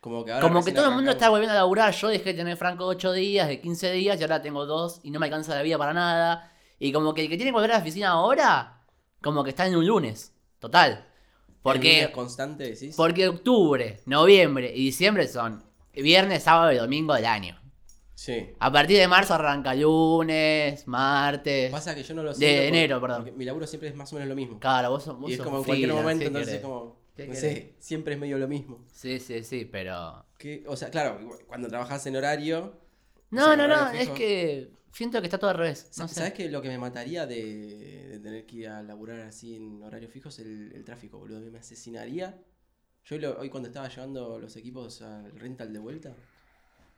E: Como que, ahora
C: Como que
E: recién
C: todo el mundo está
E: arrancamos.
C: volviendo a laburar. Yo dejé de tener Franco 8 días, de 15 días, y ahora tengo 2 y no me alcanza la vida para nada. Y como que el que tiene que volver a la oficina ahora, como que está en un lunes, total.
E: ¿Líneas
C: Porque,
E: constante decís?
C: porque octubre, noviembre y diciembre son viernes, sábado y domingo del año.
E: Sí.
C: A partir de marzo arranca lunes, martes.
E: Pasa que yo no lo
C: De
E: siento porque-
C: enero, perdón.
E: porque Mi laburo siempre es más o menos lo mismo.
C: Claro, vos sos. vos
E: Y es
C: sos
E: como en cualquier
C: freelance,
E: momento,
C: ¿qué
E: entonces
C: querés?
E: como.
C: ¿Qué
E: No
C: querés?
E: sé, siempre es medio lo mismo.
C: Sí, sí, sí, pero.
E: Que, o sea, claro, cuando trabajas en horario.
C: No,
E: sea,
C: no, no,
E: horario
C: es
E: fijo.
C: que siento que está todo al revés. No sé.
E: ¿Sabes que lo que me mataría de, de tener que ir a laburar así en horarios fijos? El, el tráfico, boludo. A mí me asesinaría. Yo lo- hoy cuando estaba llevando los equipos al rental de vuelta,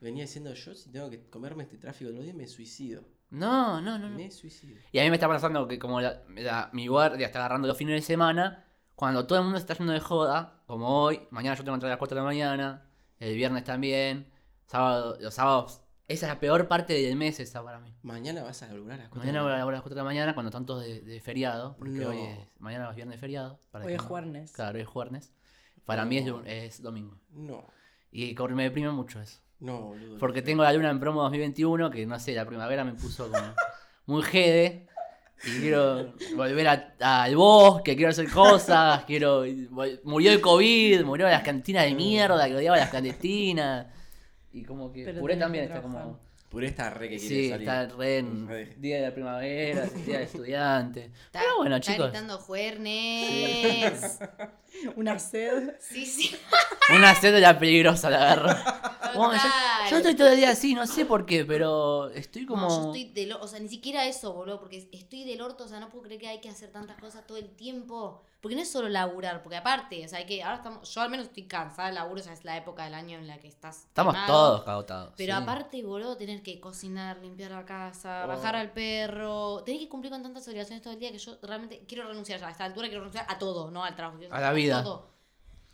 E: venía diciendo yo si tengo que comerme este tráfico todos los días me suicido.
C: No, no, no. no.
E: Me suicido.
C: Y a mí me está pasando que como la- la- mi guardia está agarrando los fines de semana, cuando todo el mundo está yendo de joda, como hoy, mañana yo tengo que entrar a las 4 de la mañana, el viernes también, sábado, los sábados. Esa es la peor parte del mes esa para mí.
E: Mañana vas a laburar a las cuatro de
C: Mañana voy
E: la
C: a
E: mañana.
C: laburar a las 4 de la mañana cuando están todos de, de feriado, porque
E: No.
C: hoy es, mañana es viernes feriado. para
F: Hoy
C: que
F: es
C: no-
F: jueves.
C: Claro, hoy es jueves. Para mí es,
E: No.
C: lu- es domingo.
E: No,
C: Y co- me deprime mucho eso.
E: no, boludo.
C: Porque tengo la luna en promo 2021, que no sé, la primavera me puso como muy jede. Y quiero volver a- al bosque, quiero hacer cosas, quiero... vol- Murió el COVID, murió las cantinas de mierda, que odiaba las clandestinas. Y como que...
F: Pero
C: Puré
F: tenés que
C: también está
F: trabajar.
C: como...
E: Por esta re
D: Eh,
E: que quiere
C: Sí,
E: salir.
C: está re en
E: Re.
C: día de la primavera, día de estudiante.
D: Está,
C: Pero Ah, bueno,
D: está
C: chicos,
D: gritando Juernes.
F: Una sed.
D: Sí, sí.
C: una sed era peligrosa la verdad. Bueno,
D: Total.
C: yo, yo estoy todo el día así, no sé por qué, pero estoy como...
D: No, yo estoy del o- o sea, ni siquiera eso, boludo, porque estoy del orto, o sea, no puedo creer que hay que hacer tantas cosas todo el tiempo. Porque no es solo laburar, porque aparte, o sea, hay que, ahora estamos, yo al menos estoy cansada del laburo, ya es la época del año en la que estás.
C: Estamos
D: quemado.
C: todos cagotados.
D: Pero
C: sí.
D: aparte, boludo, tener que cocinar, limpiar la casa,
E: Oh.
D: bajar al perro, tener que cumplir con tantas obligaciones todo el día que yo realmente quiero renunciar ya. A esta altura quiero renunciar a todo, no al trabajo. quiero
C: A la vida.
D: todo.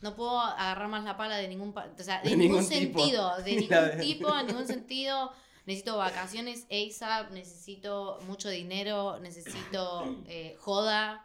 D: No puedo agarrar más la pala de ningún, pa- o sea, de
E: De
D: ningún,
E: ningún tipo.
D: sentido, de
E: Ni la
D: ningún
E: de-
D: tipo, en ningún sentido. Necesito vacaciones ASAP, necesito mucho dinero, necesito eh, joda,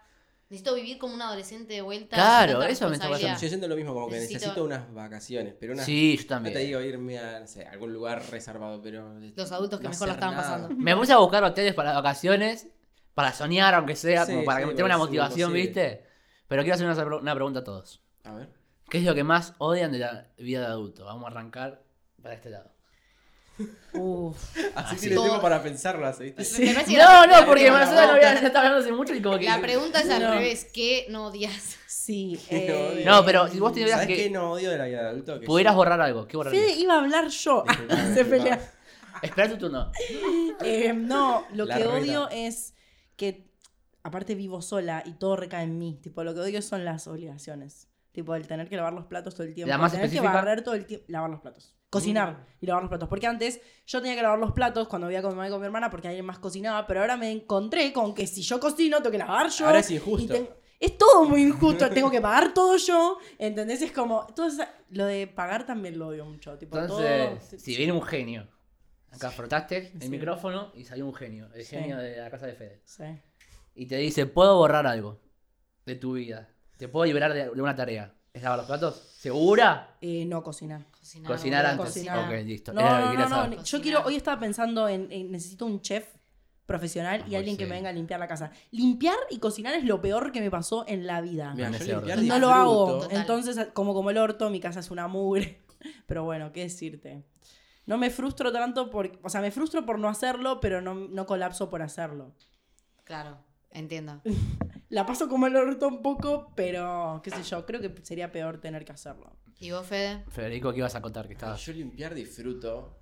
D: necesito vivir como un adolescente de vuelta.
C: Claro,
D: sin tanta
C: eso me está
E: Yo,
D: responsabilidad.
E: yo siento lo mismo, como que
D: Necesito-
E: necesito, unas vacaciones, pero unas.
C: Sí, yo
E: no
C: también.
E: te digo irme a, no sé, a algún lugar reservado, pero.
D: Los adultos que
E: no
D: mejor la
E: hacer
D: estaban
E: nada.
D: pasando.
C: Me puse a buscar hoteles para vacaciones, para soñar, aunque sea,
E: Sí,
C: como para
E: sí,
C: que tenga una
E: bueno, sí,
C: motivación,
E: imposible.
C: ¿viste? Pero quiero hacer una, una pregunta a todos.
E: A ver.
C: ¿Qué es lo que más odian de la vida de adulto? Vamos a arrancar para este lado.
F: Uf.
E: Así
C: Así.
E: tiene tiempo
D: Todo-
E: para pensarlo, así, ¿viste?
D: Me parece que
C: No,
D: la-
C: no, porque
E: la-
C: Marcela no había estado hablando hace mucho y como que.
D: La pregunta es al
F: No.
D: revés, ¿qué no odias?
F: Sí.
E: Qué
F: eh,
E: odio.
C: No, pero si vos te
E: ¿Sabes
C: que-
E: qué no odio de la vida de adulto? Que
C: Pudieras
E: yo-
C: borrar algo, ¿qué borrarías?
F: Fede iba a hablar yo.
E: Disculpame,
F: Se
E: disculpame.
F: pelea.
C: Espera tu turno.
F: Eh, no, lo
E: La
F: que
E: regla.
F: odio es que, aparte vivo sola y todo recae en mí. Tipo, lo que odio son las obligaciones. Tipo, el tener que lavar los platos todo el tiempo.
C: ¿La más
F: el tener
C: específica? Mm.
F: que barrer todo el tiempo. Lavar los platos. Cocinar y lavar los platos. Porque antes yo tenía que lavar los platos cuando vivía con mi mamá y con mi hermana porque alguien más cocinaba. Pero ahora me encontré con que si yo cocino, tengo que lavar yo.
E: Ahora es
F: y
E: injusto.
F: tengo- Es todo muy injusto, tengo que pagar todo yo, ¿entendés? Es como, todo esa- lo de pagar también lo odio mucho, tipo,
C: Entonces,
F: todo...
C: si viene un genio. Acá frotaste el
F: Sí.
C: micrófono y salió un genio, el
F: Sí.
C: genio de la casa de Fede.
F: Sí.
C: y te dice, puedo borrar algo de tu vida. Te puedo liberar de, de una tarea. ¿Es lavar los platos? ¿Segura?
F: Eh, no cocinar.
D: Cocinar,
C: Cocinar
D: boludo,
C: antes.
D: cocinar.
C: Ok, listo.
F: No,
C: Era lo que
F: no,
C: quería
F: no, no,
C: saber.
F: ne- Yo
D: Cocinar.
F: quiero, hoy estaba pensando en, en- necesito un chef profesional y
C: Ay,
F: alguien que
C: sí.
F: me venga a limpiar la casa. Limpiar y cocinar es lo peor que me pasó en la vida.
E: Mira,
C: En
E: yo
C: ese
E: limpiar
C: orden.
F: Y no lo hago.
E: disfruto.
D: Total.
F: Entonces, como como el orto, mi casa es una mugre. Pero bueno, qué decirte. No me frustro tanto por, o sea, me frustro por no hacerlo, pero no, no colapso por hacerlo.
D: Claro, entiendo.
F: La paso como el orto un poco, pero qué sé yo, creo que sería peor tener que hacerlo.
D: ¿Y vos, Fede?
C: Federico, ¿qué ibas a contar? Que estabas...
E: Yo limpiar disfruto,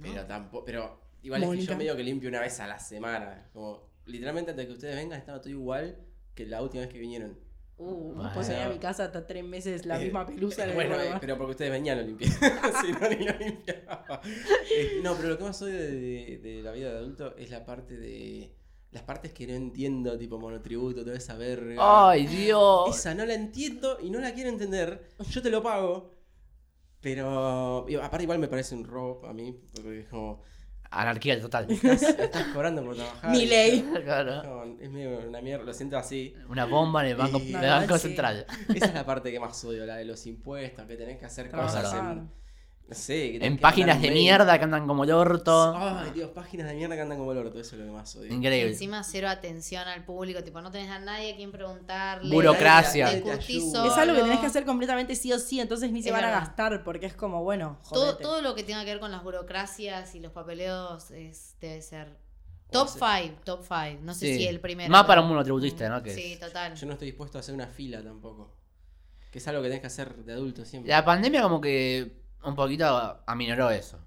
E: pero tampoco. Pero igual es que
F: Mónica.
E: yo medio que limpio una vez a la semana. Como, literalmente antes de que ustedes vengan estaba todo igual que la última vez que vinieron.
F: Uh,
C: Bueno.
F: puedo salir a mi casa hasta tres meses la
E: Eh,
F: misma pelusa en el
E: Bueno,
F: huevo.
E: eh, pero porque ustedes venían lo limpié. si no, ni lo limpiaba. Eh, no, pero lo que más odio de, de- de la vida de adulto es la parte de. Las partes que no entiendo, tipo monotributo, toda esa verga.
C: ¡Ay, Dios!
E: Esa no la entiendo y no la quiero entender. Yo te lo pago. Pero. y aparte, igual me parece un robo a mí. Porque es como.
C: Anarquía total.
E: Estás, estás cobrando por trabajar.
F: Mi ley.
C: Claro.
E: No, es medio una mierda, lo siento así.
C: Una bomba en el Banco,
E: Y-
C: del banco
F: Sí.
C: Central.
E: Esa es la parte que más odio, la de los impuestos, que tenés que hacer cosas
F: Trabajar.
E: en. No sé, que tenés
C: En
E: que
C: páginas
E: mandar
C: de
E: mail.
C: mierda que andan como el orto.
E: Ay, Dios, páginas de mierda que andan como el orto, eso es lo que más odio.
C: Increíble.
D: Encima cero atención al público, tipo, no tenés a nadie a quien preguntarle.
C: Burocracia.
D: Te
E: Nadie te
D: curtís
E: ayuda.
D: solo.
F: Es algo que tenés que hacer completamente sí o sí, entonces ni se
D: Es
F: van a
D: verdad.
F: gastar porque es como, bueno,
D: Todo,
F: jodete.
D: todo lo que tenga que ver con las burocracias y los papeleos es, debe ser top
E: sea-
D: 5, top 5. No sé
C: Sí.
D: si el primero.
C: Más para
D: pero-
C: un monotributista, ¿no? Que
D: Sí, total.
E: Yo no estoy dispuesto a hacer una fila tampoco. Que es algo que tenés que hacer de adulto siempre.
C: La pandemia como que un poquito aminoró eso.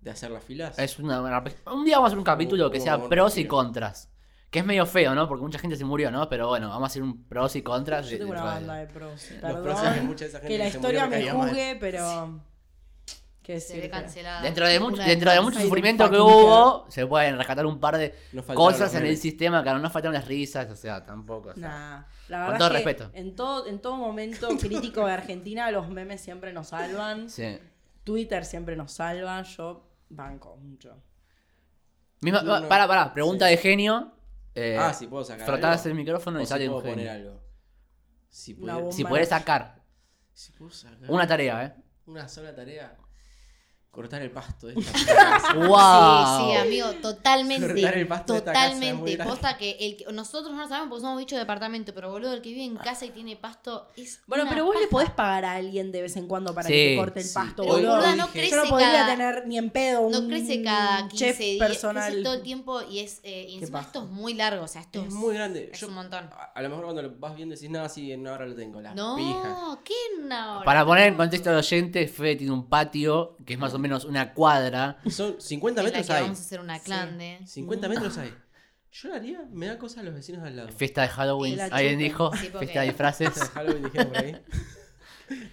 E: De hacer las filas.
C: Es una, buena pe- un día vamos a hacer un capítulo que
E: Hubo
C: sea
E: buena
C: pros y
E: película.
C: contras. Que es medio feo, ¿no? Porque mucha gente se murió, ¿no? Pero bueno, vamos a hacer un pros y contras.
F: Yo
C: de-
F: tengo una
C: de-
F: banda de pros.
E: Los procesos de
F: Perdón.
E: mucha de esa gente
F: Que la
E: se murió
F: historia me
E: caía mal.
F: juzgue, pero. Que
D: Se ve
F: decirte.
D: cancelada.
C: Dentro de, mucho,
D: Una
C: dentro de
D: más.
C: mucho
F: Ay,
C: sufrimiento que
F: fucking
C: hubo, se pueden rescatar un par de
E: Nos faltaron
C: cosas
E: los
C: en el
E: memes.
C: sistema, claro, no faltaron las risas, o sea, tampoco. o sea.
F: Nah, la
C: Con
F: verdad
C: todo
F: es que
C: respeto.
F: En, todo, en todo momento crítico de Argentina, los memes siempre nos salvan.
C: Sí.
F: Twitter siempre nos salva. Yo banco mucho.
C: Misma-
E: No, no.
C: Pará, pará, pregunta de genio. Eh,
E: Ah, sí, puedo sacar.
C: frotás
E: algo?
C: el micrófono y
E: O si
C: sale un
E: puedo poner
C: genio.
E: algo. Si
F: Una
E: pudiera-
F: bomba.
C: Si puedes sacar
E: si puedo sacar
C: una tarea, ¿eh?
E: una sola tarea. Cortar el pasto de esta casa.
C: ¡Wow!
D: Sí, sí, amigo, totalmente.
E: Cortar el pasto de esta casa es muy
D: totalmente.
E: grande.
D: Posta que el que- nosotros no lo sabemos porque somos bichos de departamento, pero boludo, el que vive en casa y tiene pasto es.
F: Bueno,
D: una
F: pero vos le
D: paja.
F: podés pagar a alguien de vez en cuando para
C: Sí,
F: que te corte el
E: sí.
F: pasto,
D: Pero,
F: boludo.
D: boluda, no
E: Dije-
D: crece
F: Yo no podría
D: cada,
F: tener ni en pedo un
D: No crece cada 15
F: chef
D: días.
F: personal.
D: Crece todo el tiempo y es. eh, y encima
F: paja.
D: esto es muy largo, o sea, esto
E: es
D: es.
E: muy grande.
D: es
E: Yo-
D: un montón.
E: A, a lo mejor cuando lo vas viendo decís, nada, sí, en una hora lo tengo. La
D: No,
E: pija.
D: ¿qué una hora?
C: Para poner en contexto al oyente, Fede tiene un patio que es más o menos una cuadra.
E: Son 50
D: En la
E: metros
D: que
E: hay.
D: vamos a hacer una
F: Sí.
D: clande.
E: 50 metros hay. Yo lo haría, me da cosa a los vecinos de al lado.
C: Fiesta de Halloween,
F: Y la
C: alguien
F: chupen.
C: dijo.
D: Sí, porque-
C: Fiesta de disfraces.
E: Halloween dijeron por ahí.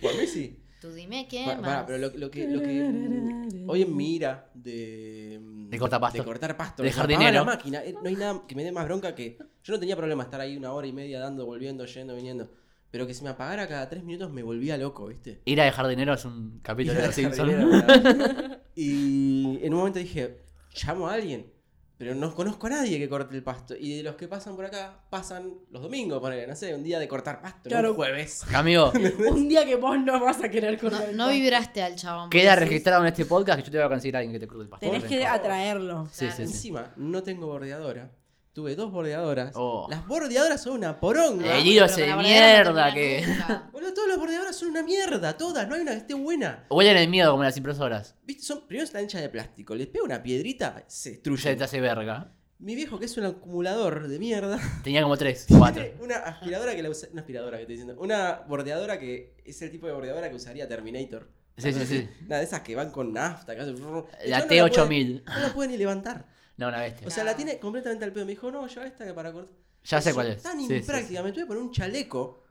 E: Por mí sí.
D: Tú dime quién
E: Pa-
D: más.
E: pará, pero lo, lo que, lo que mm, hoy en mi ira de, mm,
C: De cortar pasto.
E: de cortar pasto,
C: De
E: me zarpaba
C: jardinero.
E: la máquina, eh, no hay nada que me dé más bronca que yo no tenía problema estar ahí una hora y media dando, volviendo, yendo, viniendo, pero que se me apagara cada tres minutos me volvía loco, ¿viste?
C: Ira de jardinero es un capítulo de los Simpsons.
E: Jardinero, ¿verdad? y en un momento dije, llamo a alguien, pero no conozco a nadie que corte el pasto. Y de los que pasan por acá, pasan los domingos, ponele, no sé, un día de cortar pasto, no
F: Claro.
E: un jueves.
C: Amigo,
F: Un día que vos no vas a querer
D: No,
F: cortar el
D: no
F: pasto.
D: vibraste al chabón.
C: queda
D: porque sí.
C: registrado en este podcast que yo te voy a conseguir a alguien que te cruce el pastor.
F: Tenés que atraerlo.
C: Sí, sí, sí.
E: Encima, no tengo bordeadora. Tuve dos bordeadoras.
C: Oh.
E: Las bordeadoras son una poronga.
C: Eh, Guido
D: Pero
C: ese
D: con
C: de
D: la bandera no
C: mierda
D: termina
C: que.
D: nunca.
E: Boludo, todas las bordeadoras son una mierda. Todas, no hay una que esté buena.
C: Huelen el miedo como las impresoras.
E: Viste, son primero es la ancha de plástico. Les pego una piedrita, se
C: Ya
E: destruye.
C: te hace verga.
E: Mi viejo, que es un acumulador de mierda,
C: Tenía como tres, cuatro.
E: tiene una aspiradora que la usa. Una aspiradora que estoy diciendo. Una bordeadora que es el tipo de bordeadora que usaría Terminator.
C: Sí, sí, sí.
E: Una de esas que van con nafta. que hacen-
C: La
E: Yo no puede-
C: T8000.
E: No la puede ni levantar.
C: No, una bestia.
E: O sea, la
D: Nah.
E: tiene completamente al pedo. Me dijo, no, lleva esta que para cortar.
C: Ya sé
E: Son
C: cuál es.
E: Tan
C: Sí, sí, sí.
E: impráctica, me tuve que poner un chaleco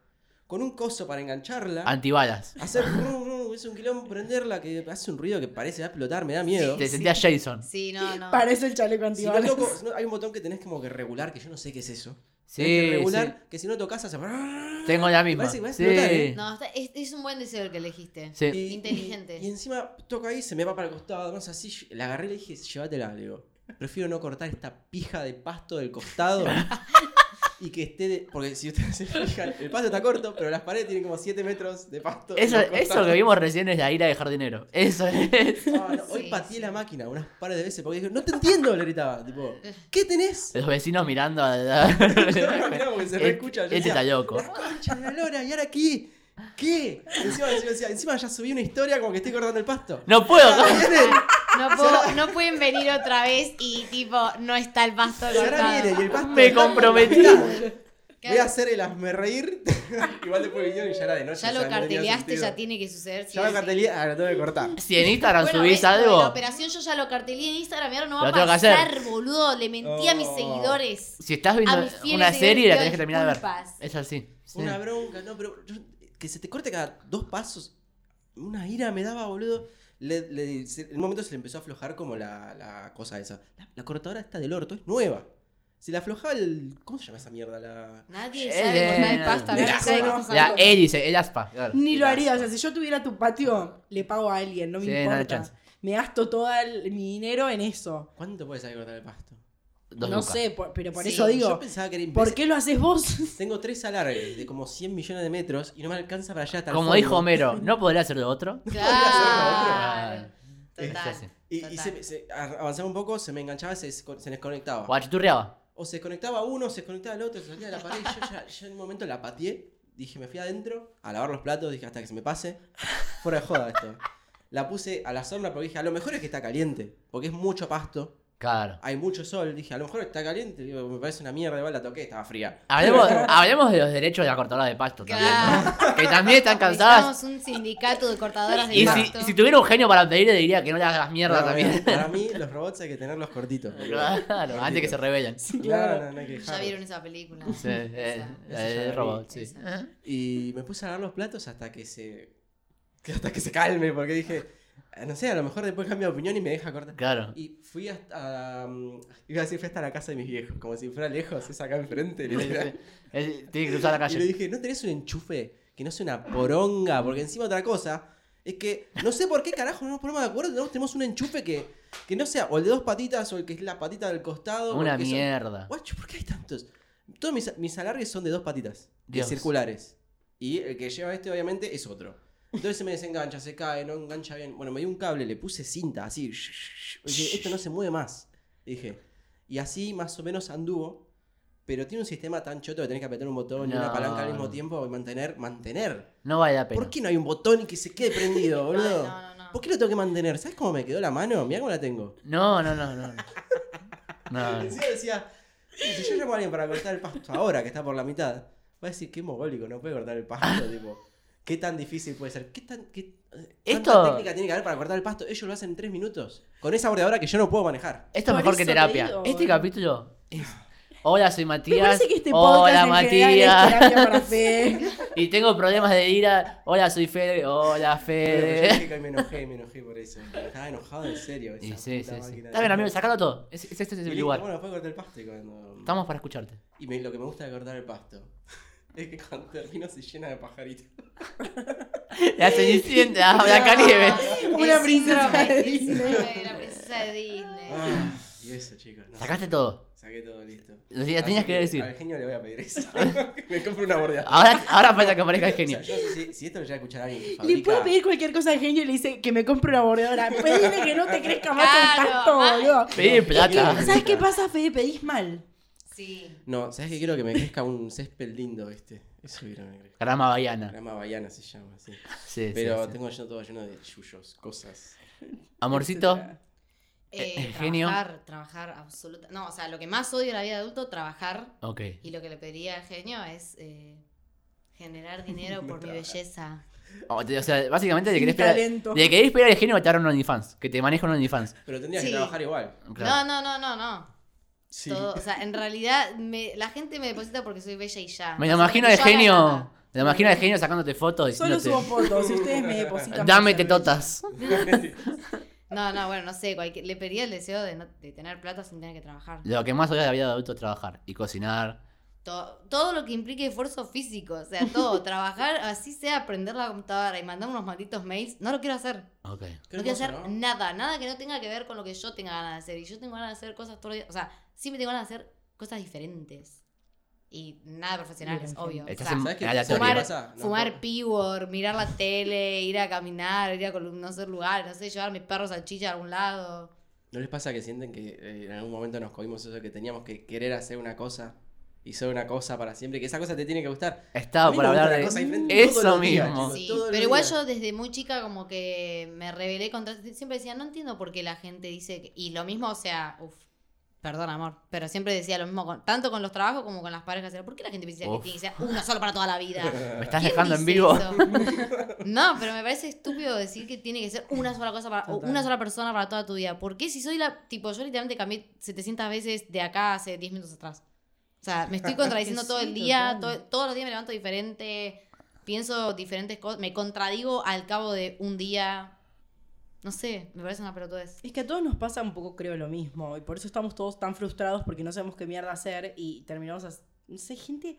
E: con un coso para engancharla.
C: Antibalas.
E: Hacer rum, rum, es un quilombo prenderla que hace un ruido que parece va a explotar, me da miedo.
C: Te sentías Jason.
D: Sí, no, no.
F: Parece el chaleco
E: Si lo
F: antibalas.
E: toco, si no- hay un botón que tenés como que regular, que yo no sé qué es eso. Tenés
C: Sí,
E: que regular,
C: sí.
E: que si no tocas hace.
C: Tengo la misma.
E: Parece que va a
C: Sí.
E: explotar, ¿eh?
D: No, está- es, es un buen deseo el que elegiste.
C: Sí.
E: Y-
D: Inteligente.
E: Y, y encima toca ahí, se me va para el costado. No sé, así yo- la agarré y le dije, llévatela, le digo. Prefiero no cortar esta pija de pasto del costado. y que esté. de- porque si ustedes se fijan, el pasto está corto, pero las paredes tienen como 7 metros de pasto. en
C: Eso,
E: los
C: eso
E: costados.
C: que vimos recién es la ira de jardinero. Eso es.
E: Ah, no, hoy
D: Sí,
E: pateé
D: sí.
E: la máquina unas par de veces porque dije, no te entiendo, le gritaba. Tipo, ¿qué tenés?
C: Los vecinos mirando. A...
E: Mirá, porque se reescucha. yo
C: Este este está
E: decía,
C: loco.
E: "La concha de la lora, ¿y ahora qué? ¿Qué? Encima, encima, encima, encima ya subí una historia como que estoy cortando el pasto. Ah,
C: No puedo.
D: No, puedo- no pueden venir otra vez y tipo, no está el pasto
E: Y ahora viene y
D: cortado.
E: el pasto.
C: Me
E: está-
C: comprometí.
E: Voy a hacer el hazme reír. Igual después vinieron y ya era de noche.
D: Ya
E: o sea,
D: lo
E: no tenía
D: carteleaste,
E: sentido.
D: ya tiene que suceder. sí
E: Ya
D: o
E: lo
D: sí.
E: carteleé, ahora tengo que cortar.
C: Si en Instagram
D: Bueno,
C: subís
D: ves, lo de La
C: algo,
D: operación yo ya lo carteleé en Instagram y ahora no va
C: Lo
D: a
C: tengo que
D: pasar,
C: hacer.
D: boludo. Le mentí a mis
E: Oh.
D: seguidores.
C: si estás
D: A
C: viendo
D: mis fieles
C: una serie, la
D: seguidores,
C: tenés que terminar de ver. Eh,
D: disculpas.
C: Es así. Sí.
E: Una bronca, no, pero yo- que se te corte cada dos pasos. Una ira me daba, boludo. Le, le- se- en un momento se le empezó a aflojar como la, la cosa esa. La, la cortadora esta del orto es nueva. Se le aflojaba el. ¿Cómo se llama esa mierda? La.
D: Nadie
C: Eh,
D: sabe cortar el
C: eh,
D: pasto.
E: eh,
D: nadie sabe
F: eh,
D: cómo
C: La
D: cortar.
C: E dice, el aspa. claro.
F: Ni lo haría. O sea, si yo tuviera tu patio, le pago a alguien, no me
C: Sí, no hay
F: importa.
C: chance.
F: me gasto todo el- mi dinero en eso.
E: ¿Cuánto puede saber cortar el pasto?
C: Dos
F: no
C: lucas.
F: sé, por- pero por
D: Sí,
F: eso
E: Yo
F: digo,
E: pensaba que era
F: ¿por
E: imbécil.
F: qué lo haces vos?
E: Tengo tres alargues de como 100 millones de metros y no me alcanza para allá hasta el
C: Como
E: fondo.
C: dijo Homero, ¿no podría hacer lo otro?
D: Claro.
C: Es así.
D: Total.
E: Y, y
D: Total.
E: se, se- a- avanzaba un poco, se me enganchaba, se, desco- se desconectaba.
C: O achiturreaba.
E: O se desconectaba uno, se desconectaba el otro, se salía de la pared. Yo, ya, yo en un momento la pateé, dije, me fui adentro a lavar los platos, dije, hasta que se me pase. Fuera de joda esto. La puse a la sombra porque dije, a lo mejor es que está caliente, porque es mucho pasto.
C: Claro.
E: Hay mucho sol. Dije, a lo mejor está caliente. Digo, me parece una mierda. Igual la toqué, estaba fría.
C: Hablemos, hablemos de los derechos de la cortadora de pasto también. ¿no? Que también están cansadas.
D: Necesitamos un sindicato de cortadoras de
C: Y si,
D: pasto.
C: si tuviera un genio para pedirle, diría que no le hagas mierda
E: No,
C: también.
E: Para mí, los robots hay que tenerlos cortitos.
C: Claro, antes que se rebelen.
E: Claro, no, no hay que
D: Ya
E: dejarlos.
D: vieron esa película.
C: Sí, eh,
D: Esa.
E: esa ya
C: eh,
E: la
C: robot,
D: vi,
C: sí.
E: Y me puse a lavar los platos hasta que se. que hasta que se calme, porque dije, "Ah, no sé, a lo mejor después cambia de opinión y me deja cortar.
C: Claro.
E: Y fui hasta. um, iba a decir, fui hasta la casa de mis viejos, como si fuera lejos, es acá enfrente.
C: Sí, sí.
E: literal.
C: Él Tiene que cruzar la
E: Y le
C: calle.
E: dije, ¿no tenés un enchufe que no sea una poronga? Porque encima otra cosa es que no sé por qué carajo no nos ponemos de acuerdo. Nosotros tenemos un enchufe que, que no sea o el de dos patitas o el que es la patita del costado.
C: Una
E: porque son-
C: mierda.
E: Guacho, ¿por qué hay tantos? Todos mis, mis alargues son de dos patitas, de
C: Dios.
E: circulares. Y el que lleva este, obviamente, es otro. Entonces se me desengancha, se cae, no engancha bien. Bueno, me dio un cable, le puse cinta, así. Dije, esto no se mueve más. Dije. Y así más o menos anduvo. Pero tiene un sistema tan choto que tenés que apretar un botón y una
C: No.
E: palanca al mismo tiempo y mantener. Mantener.
C: No vale la pena.
E: ¿Por qué no hay un botón que se quede prendido,
D: Ay,
E: boludo?
D: no, no, no.
E: ¿Por qué lo tengo que mantener? ¿Sabes cómo me quedó la mano? Mirá cómo la tengo.
C: No, no, no, no. No, no.
E: Encima decía, si yo llamo a alguien para cortar el pasto ahora, que está por la mitad, va a decir, qué mogólico, no puede cortar el pasto, tipo, qué tan difícil puede ser, qué tan... Qué, ¿Cuánta
C: Esto-
E: técnica tiene que haber para cortar el pasto? Ellos lo hacen en tres minutos, con esa bordeadora que yo no puedo manejar.
C: Esto es
F: Por
C: mejor que
F: eso te
C: terapia.
F: digo,
C: este
F: boludo.
C: capítulo es. Hola, soy
F: Me
C: Matías.
F: parece que este podcast
C: Hola,
F: en general es
C: Matías.
F: terapia para Fede.
C: Y tengo problemas de ira. Hola, soy Fede. Hola,
E: Pero yo
C: Fede.
E: dije que me enojé, me enojé por eso. Estaba enojado en serio. esa
C: Y sí,
E: puta
C: sí, sí.
E: máquina
C: Está
E: de-
C: bien, amigo, sacalo todo. Es, es- este es
E: Y
C: el
E: listo,
C: lugar.
E: Bueno, después corté el pasto y cuando...
C: Estamos para escucharte.
E: Y me- lo que me gusta de cortar el pasto es que cuando termino se llena de pajaritos.
C: La cenicienta, la caribe.
F: Una
D: El
F: princesa
D: síndrome,
F: de
D: el
F: Disney.
D: síndrome de La princesa de Disney.
E: Ah, y eso, chicos. no.
C: Sacaste todo.
E: Saqué todo listo.
C: Lo tenías-
E: Así
C: tenías que decir.
E: Al genio le voy a pedir eso. me compro una bordeada.
C: Ahora, ahora falta que aparezca el
E: O
C: genio.
E: sea, yo no sé si, si esto lo llega a escuchar alguien. que
F: Le
E: fabrica-
F: puede pedir cualquier cosa al genio y le dice que me compre una bordeadora. Pedile que no te crezca más
D: Claro,
F: el pasto,
D: mal.
F: boludo.
C: Pedí plata.
E: Quiero-
F: ¿Sabes qué pasa, Fede? Pedís mal.
D: Sí.
E: No, ¿sabes qué? Quiero que me crezca un césped lindo, este. Eso quiero que me crezca.
C: Grama Bahiana.
E: Grama Bahiana se llama, sí.
C: Ah. Sí, sí,
E: Pero
C: sí.
E: tengo lleno todo lleno de yuyos, cosas.
C: Amorcito,
D: Eh,
C: Eh,
D: trabajar,
C: genio.
D: trabajar absoluta. No, o sea, lo que más odio en la vida de adulto, trabajar.
C: ok.
D: Y lo que le pediría al genio es eh, generar dinero por mi belleza.
C: O, te- o sea, básicamente le
F: Mi
C: querés pegar.
F: talento.
C: Le querés pegar el genio que te haga un OnlyFans. Que te maneja un OnlyFans.
E: Pero tendrías
D: Sí.
E: que trabajar igual.
C: Claro.
D: No, no, no, no, no.
E: Sí.
D: Todo, o sea, en realidad me- la gente me deposita porque soy bella y ya.
C: Me
D: No
C: lo imagino
D: porque
C: de
D: yo haga
C: genio.
D: nada.
C: Me lo imagino de genio sacándote fotos
F: Solo subo
C: diciéndote.
F: fotos. Si ustedes me depositan.
C: Dame
F: muchas
C: tetotas.
D: No, no, bueno, no sé. cualquier- le pediría el deseo de, no- de tener plata sin tener que trabajar.
C: Lo que más odia de la vida de adulto es trabajar y cocinar.
D: To- todo lo que implique esfuerzo físico. O sea, todo. trabajar, así sea, aprender la computadora y mandar unos malditos mails. No lo quiero hacer.
C: Ok.
E: Qué
D: no quiero
E: hermoso,
D: hacer
E: ¿no?
D: nada, nada que no tenga que ver con lo que yo tenga ganas de hacer. Y yo tengo ganas de hacer cosas todos los días. O sea, siempre tengo ganas de hacer cosas diferentes. Y nada profesionales,
F: Bien,
D: obvio. O
C: Estás
D: sea,
C: en-
E: ¿Sabes qué?
C: Era Mm. Ah, la
E: ¿Sabes qué
C: teoría.
D: fumar,
E: pasa? No,
D: fumar
E: no.
D: pívor, mirar la tele, ir a caminar, ir a colum- no sé, lugares, no sé, llevar a mis perros salchicha a algún lado.
E: ¿No les pasa que sienten que eh, en algún momento nos cogimos eso de que teníamos que querer hacer una cosa y ser una cosa para siempre? Que esa cosa te tiene que gustar. A
C: Estaba
E: mí
C: por
E: me gusta
C: hablar
E: la cosa
C: de.
E: diferente todos
C: Eso
E: los días,
C: mismo.
E: chicos.
D: Sí,
E: todos los
D: pero igual
E: días.
D: yo desde muy chica como que me rebelé contra... Siempre decía, no entiendo por qué la gente dice... que-". Y lo mismo, o sea, uff, perdón amor, pero siempre decía lo mismo, con- tanto con los trabajos como con las parejas. Era, ¿Por qué la gente piensa
C: Uf.
D: que tiene que ser uno solo para toda la vida?
C: Me estás
D: ¿Quién
C: dejando en
D: dice
C: vivo.
D: eso? No, pero me parece estúpido decir que tiene que ser una sola cosa para, o
F: Total.
D: una sola persona para toda tu vida. ¿Por qué si soy la, tipo, yo literalmente cambié 700 veces de acá hace 10 minutos atrás? O sea, me estoy contradiciendo
F: Que sí,
D: todo el día,
F: total.
D: to- todos los días me levanto diferente, pienso diferentes cosas, me contradigo al cabo de un día. No sé, me parece una pelotudez.
F: Es que a todos nos pasa un poco, creo, lo mismo. Y por eso estamos todos tan frustrados porque no sabemos qué mierda hacer y terminamos as- No sé, gente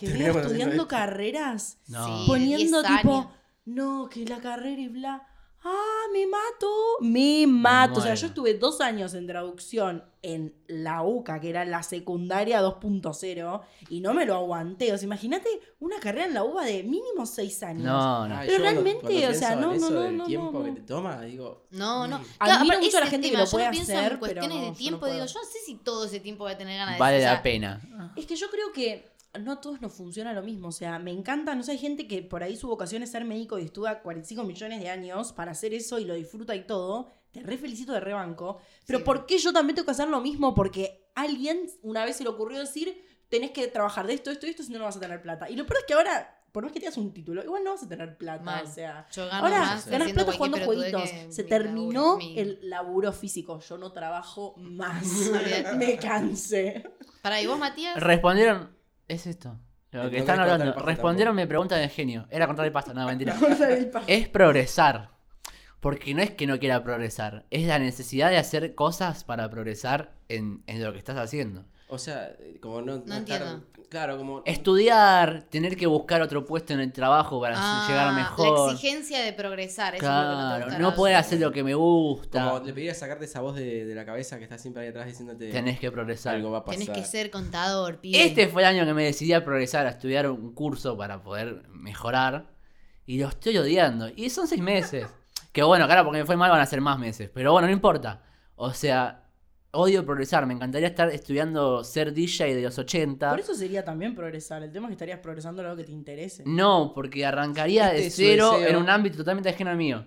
F: que
E: Terminamos
F: viene
E: haciendo
F: estudiando
E: esto.
F: carreras
C: No.
D: Sí.
F: poniendo
D: 10
F: tipo,
D: años.
F: no, que la carrera y bla. Ah, me mato, me mato. O sea,
C: muero.
F: yo estuve dos años en traducción en la UCA, que era la secundaria 2.0, y no me lo aguanté. O sea, imagínate una carrera en la UBA de mínimo seis años.
C: No, no.
E: Ay,
F: Pero
E: yo cuando-
F: realmente,
E: cuando
F: o sea,
E: pienso en
F: no, no,
E: eso
F: no,
E: del
F: no,
E: tiempo
F: no,
E: que
F: no.
E: te toma, digo,
D: No, no.
F: Mm. Admiro
D: aparte
F: mucho a la
D: ese
F: gente que
D: tema,
F: lo puede
D: yo pienso en
F: hacer, pero
D: cuestiones
F: no, yo
D: de
F: no
D: tiempo y digo,
F: puedo.
D: yo no sé si todo ese tiempo voy a tener ganas de
C: Vale
D: o sea,
C: la pena.
F: Es que yo creo que no a todos nos funciona lo mismo. O sea, me encanta, no sé, hay gente que por ahí su vocación es ser médico y estudia 45 millones de años para hacer eso y lo disfruta y todo. Te re felicito de rebanco. Pero
D: Sí.
F: ¿por qué yo también tengo que hacer lo mismo? Porque alguien una vez se le ocurrió decir, tenés que trabajar de esto, esto, esto, si no, no vas a tener plata. Y lo peor es que ahora, por más que tengas un título, igual no vas a tener plata.
D: Mal. Ah,
F: O sea,
D: Yo gano
F: ahora
D: más
F: ganas
D: haciendo
F: plata
D: wiki,
F: jugando
D: pero tuve
F: jueguitos.
D: que-
F: Se
D: mi
F: terminó
D: laburo- mi-
F: el laburo físico. Yo no trabajo más.
D: Olvídate.
F: me cansé.
D: Para, ¿y vos, Matías?
C: Respondieron. Es esto. Lo
E: No
C: que
E: querés
C: están
E: cortar el
C: hablando.
E: pasto
C: Respondieron
E: tampoco.
C: mi pregunta de genio. Era cortar el pasto, no, mentira.
F: Cortar el pasto.
C: es progresar. Porque no es que no quiera progresar. Es la necesidad de hacer cosas para progresar en, en lo que estás haciendo.
E: O sea, eh, como no.
D: No
E: claro, como.
C: Estudiar, tener que buscar otro puesto en el trabajo para
D: Ah,
C: llegar
D: La
C: mejor.
D: exigencia de progresar. Eso es lo que no,
C: Claro,
D: te gusta
C: no
D: nada.
C: poder hacer lo que me gusta.
E: Como le pediría sacarte esa voz de, de la cabeza que está siempre ahí atrás diciéndote
C: Tenés que progresar.
E: algo va a pasar.
D: Tenés que ser contador, pibe.
C: Este fue el año que me decidí a progresar, a estudiar un curso para poder mejorar. Y lo estoy odiando. Y son seis meses. Que bueno, claro, porque me fue mal van a ser más meses. Pero bueno, no importa. O sea, odio progresar. Me encantaría estar estudiando ser DJ de los 80.
F: Por eso sería también progresar. El tema es que estarías progresando en algo que te interese.
C: No, porque arrancaría
E: Este
C: de
E: es su
C: cero
E: deseo.
C: en un ámbito totalmente ajeno al mío.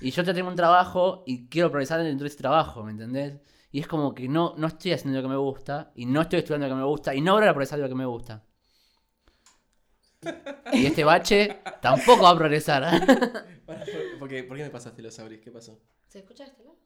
C: Y yo ya tengo un trabajo y quiero progresar dentro de ese trabajo, ¿me entendés? Y es como que no, no estoy haciendo lo que me gusta, y no estoy estudiando lo que me gusta, y no voy a progresar lo que me gusta. Y este bache tampoco va a progresar. ¿eh?
E: Pará, ¿por, por qué, por qué me pasaste los auris? ¿Qué pasó?
D: ¿Se escucha de este lado?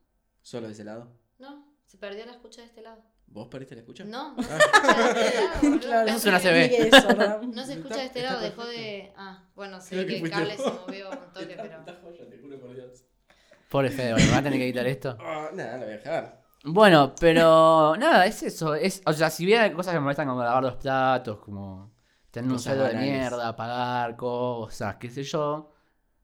E: ¿Solo de ese lado?
D: No, se perdió la escucha de este lado.
E: ¿Vos perdiste la escucha?
D: No, no se escucha de este lado. boludo.
F: Claro.
C: Eso es una CB.
F: Ni eso, ¿verdad?
D: No se escucha de este
E: Está-
D: lado,
E: está
D: dejó de. Ah, bueno, sé
E: que
D: que el
E: fuiste
D: cable se
E: vos.
D: movió un toque, pero.
E: Está joya, te juro por Dios.
C: Pobre Fede, bueno, va a tener que editar esto.
E: Ah, nada, lo voy a dejar.
C: Bueno, pero nada, es eso. Es, o sea, si bien hay cosas que me molestan como lavar los platos, como tener un
E: Cosas
C: sueldo de
E: banales.
C: mierda, pagar cosas, qué sé yo,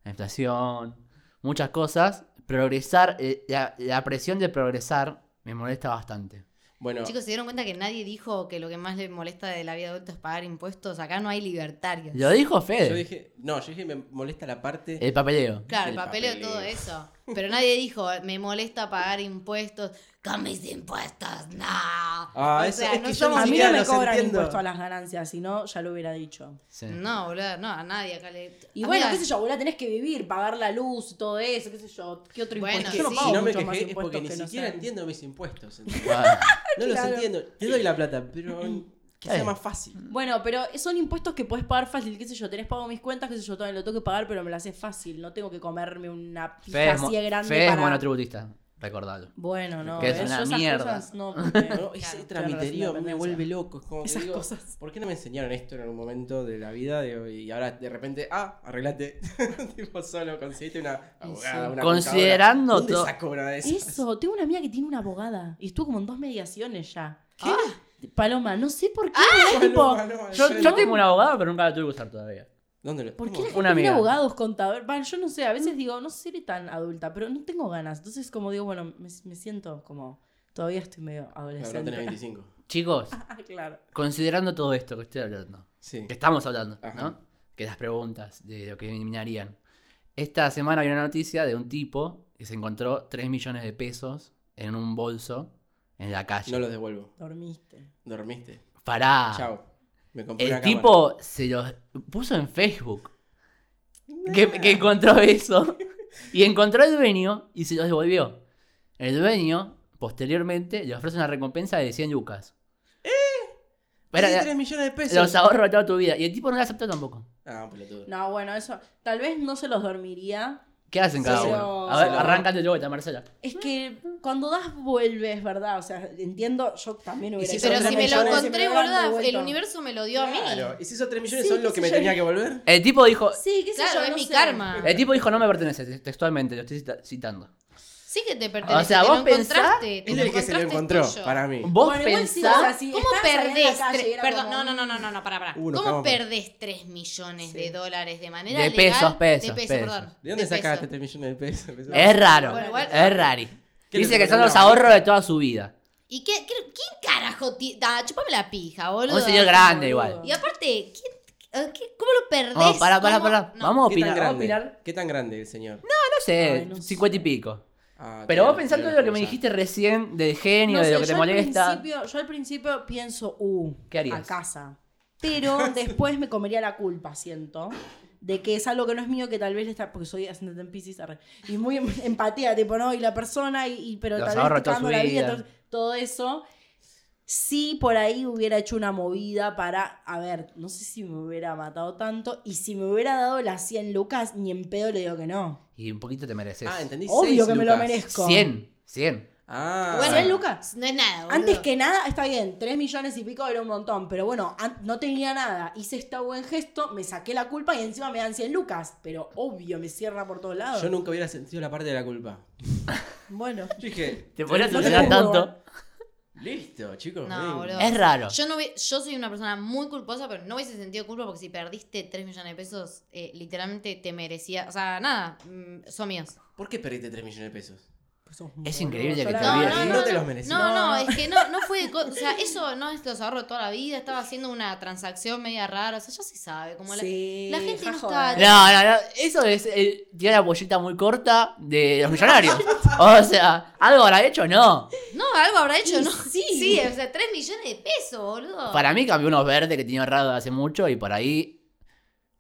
C: la inflación, muchas cosas, progresar, eh, la, la presión de progresar me molesta bastante.
E: Bueno,
D: Chicos, ¿se dieron cuenta que nadie dijo que lo que más le molesta de la vida adulta es pagar impuestos? Acá no hay libertarios.
C: Lo dijo
E: yo
C: Fede,
E: dije. No, yo dije me molesta la parte.
C: el papeleo.
E: El
D: Claro, el papeleo,
E: papeleo.
D: todo eso. Pero nadie dijo, me molesta pagar impuestos. ¡Con mis impuestos! ¡No!
E: Ah, eso es que yo
F: A
E: ni
F: mí
E: siquiera
F: no me
E: los
F: cobran
E: entiendo.
F: impuesto a las ganancias, si no, ya lo hubiera dicho.
C: Sí.
D: No, boludo, no, a nadie acá le.
F: Y bueno,
D: Amiga,
F: qué sé yo, boludo, tenés que vivir, pagar la luz, todo eso, qué sé yo. ¿Qué otro
D: Bueno,
F: impuesto?
E: Yo no
D: sí.
E: pago si no me
F: mucho más
E: quejé es porque
F: impuestos
E: ni
F: que no
E: siquiera
F: sean.
E: entiendo mis impuestos. ¿entendés?
C: Bueno,
E: No los
F: Claro.
E: entiendo. Te doy la plata, pero que sea
C: Sí.
E: más fácil.
F: Bueno, pero son impuestos que podés pagar fácil, qué sé yo, tenés pago mis cuentas, qué sé yo, todavía lo tengo que pagar, pero me las hace fácil, no tengo que comerme una
C: Fede
F: pizza
C: es, mo-
F: así de grande
C: Fede es
F: para-
C: monotributista, recordalo.
F: Bueno, no,
C: Que es
F: ¿ves?
C: una
F: Yo esas
C: mierda.
F: cosas no, porque-
E: No, ese
D: Claro,
E: tramiterío a mí me
F: independencia.
E: vuelve loco. Es como que
F: Esas
E: digo,
F: cosas.
E: ¿Por qué no me enseñaron esto en algún momento de la vida? Digo, y ahora de repente, ah, arreglate. tipo solo, conseguiste una abogada, una
C: Considerando
E: contadora.
C: todo-
E: ¿Dónde sacó una de esas?
F: Eso, tengo una amiga que tiene una abogada y estuvo como en dos mediaciones ya. ¿Qué? Paloma, no sé por qué. ¿verdad? Tipo,
E: Ah, Paloma, no,
C: Yo,
E: yo-
C: yo tengo un abogado, pero nunca la tuve que usar todavía.
E: ¿Dónde lo
F: ¿Por qué
E: cómo?
F: la gente
C: Una
F: tiene
C: amiga.
F: abogados, contadores? Bueno, yo no sé, a veces digo, no seré tan adulta, pero no tengo ganas. Entonces, como digo, bueno, me, me siento como, todavía estoy medio
E: Claro, no
F: adolescente.
E: tenés 25.
C: Chicos,
F: Ah, claro.
C: considerando todo esto que estoy hablando,
E: Sí.
C: que estamos hablando,
E: Ajá.
C: ¿no? Que las preguntas de lo que eliminarían. Esta semana había una noticia de un tipo que se encontró 3 millones de pesos en un bolso en la calle.
E: No los devuelvo.
F: Dormiste.
E: Dormiste.
C: Pará.
E: Chao. Me compré
C: Ah. El
E: una
C: tipo se los puso en Facebook. Que, que encontró eso. Y encontró al dueño y se los devolvió. El dueño, posteriormente, le ofrece una recompensa de 100 lucas.
E: Eh,
C: Pará,
E: cámara. Sí, 3 millones de pesos.
C: los ahorros de toda tu vida. Y el tipo no la aceptó tampoco.
E: Ah, pelotudo.
F: No, bueno, eso, tal vez no se los dormiría.
C: ¿Qué hacen cada
F: Sí,
C: uno?
F: lo-
C: A ver,
E: se lo-
C: arráncate de vuelta, Marcela.
F: Es que cuando das, vuelves, ¿verdad? O sea, entiendo, yo también hubiera
E: si
F: hecho
D: Pero
E: son
F: tres
D: si me lo
F: millones,
D: encontré,
F: hubieran
D: boludo, el
F: devuelto.
D: universo me lo dio a
E: Claro.
D: mí.
E: ¿Y si esos 3 millones
F: eh. Sí,
E: son lo que
F: qué sé
E: me
F: yo.
E: tenía que volver?
C: El tipo dijo.
F: Sí, qué sé
D: Claro,
F: yo,
D: es
F: no
D: mi
F: sé.
D: karma.
C: El tipo dijo, no me pertenece, te- textualmente, lo estoy cita- citando.
D: Sí
F: Ah,
D: que te pertenece.
C: O sea,
D: te
C: vos
D: lo
C: pensás-
D: encontraste, te
E: Él es el que se lo
D: encontraste, es
E: encontró,
D: tuyo.
E: para mí.
C: Vos
F: Bueno, igual sí, o sea,
C: pensás.
F: si
D: ¿Cómo
F: estabas ahí en la
D: perdés?
F: calle y
D: tre-
F: era
D: Perdón,
F: como-
D: no, no, no, no, no, no, para, para.
E: Uh, nos
D: ¿Cómo
E: cagamos mal.
D: perdés 3 millones
F: Sí.
D: de dólares de manera
C: De
D: legal?
C: pesos, pesos,
D: De pesos,
C: pesos.
D: perdón.
E: ¿De dónde
D: pesos.
E: sacaste 3 millones de pesos? Pensaba-
C: Es raro.
D: Bueno, igual-
C: Es rari.
E: ¿Qué
C: Dice
E: le
C: que son los
E: sacaron?
C: ahorros de toda su vida.
D: ¿Y qué, qué- quién carajo? ti- Ah, chupame la pija, boludo.
C: Un señor grande
F: boludo.
C: igual.
D: Y aparte, ¿quién- eh, qué- ¿cómo lo perdés?
C: No, pará, pará,
D: ¿Cómo?
C: pará.
D: No.
C: Vamos a
E: ¿Qué
C: opinar.
E: tan
C: Vamos a
E: grande?
C: opinar.
E: ¿Qué tan grande el señor?
C: No sé,
F: Ay, no
C: 50 y
F: sé.
C: pico.
E: Ah,
C: Pero vos
E: tiene-
C: pensando en
E: tiene
C: lo que me
E: cosa.
C: dijiste recién del genio,
F: No
C: de
F: sé,
C: lo que te
F: yo al
C: molesta.
F: principio- yo al principio pienso, uh,
C: ¿Qué harías?
F: a casa. Pero después me comería la culpa, siento. De que es algo que no es mío, que tal vez le está. Porque soy ascendente en Pisces. arre, Y muy em- empatía, tipo, ¿no? Y la persona, y, y- pero
C: Los
F: tal
C: ahorra
F: vez te
C: toda
F: está dando
C: su
F: la
C: vida.
F: vida. entonces, todo eso. Si por ahí hubiera hecho una movida para. A ver, no sé si me hubiera matado tanto. Y si me hubiera dado las 100 lucas, ni en pedo le digo que no.
C: Y un poquito te mereces.
E: Ah, entendí.
F: Obvio
E: seis
F: que me lo
E: lucas.
F: merezco.
C: 100, 100.
E: Ah.
D: Bueno,
F: ¿Cien lucas?
D: No es nada, boludo.
F: Antes que nada, está bien, 3 millones y pico era un montón, pero bueno, an- no tenía nada. Hice este buen gesto, me saqué la culpa y encima me dan 100 lucas. Pero obvio, me cierra por todos lados.
E: Yo nunca hubiera sentido la parte de la culpa.
F: Bueno,
E: Yo dije,
C: Te podrías
F: No te
C: tener
F: puedo
C: tanto.
E: listo, chicos.
D: No,
E: ven.
D: boludo.
C: Es raro.
D: Yo, no hubie- yo soy una persona muy culposa, pero no hubiese sentido culpa porque si perdiste 3 millones de pesos, eh, literalmente te merecía. O sea, nada, mm, son míos.
E: ¿Por qué perdiste 3 millones de pesos?
F: pues sos
C: Es
F: muy
C: increíble
F: boludo.
C: que
F: Yo la-
C: te
E: olvides. No te los merecí.
D: No, no,
F: No.
D: es que no, no fue de co- O sea, eso no es los ahorros de toda la vida. Estaba haciendo una transacción media rara. O sea, ya se sabe. Como la-
F: Sí,
D: la gente
F: ja,
D: no está-
F: joder.
C: No, no, no. Eso es eh, tirar la pollita muy corta de los millonarios. O sea, ¿algo habrá hecho? No.
D: No, algo habrá hecho,
F: Y
D: ¿no?
F: sí.
D: Sí, o sea, 3 millones de pesos, boludo.
C: Para mí cambió unos verdes que tenía ahorrado hace mucho y por ahí.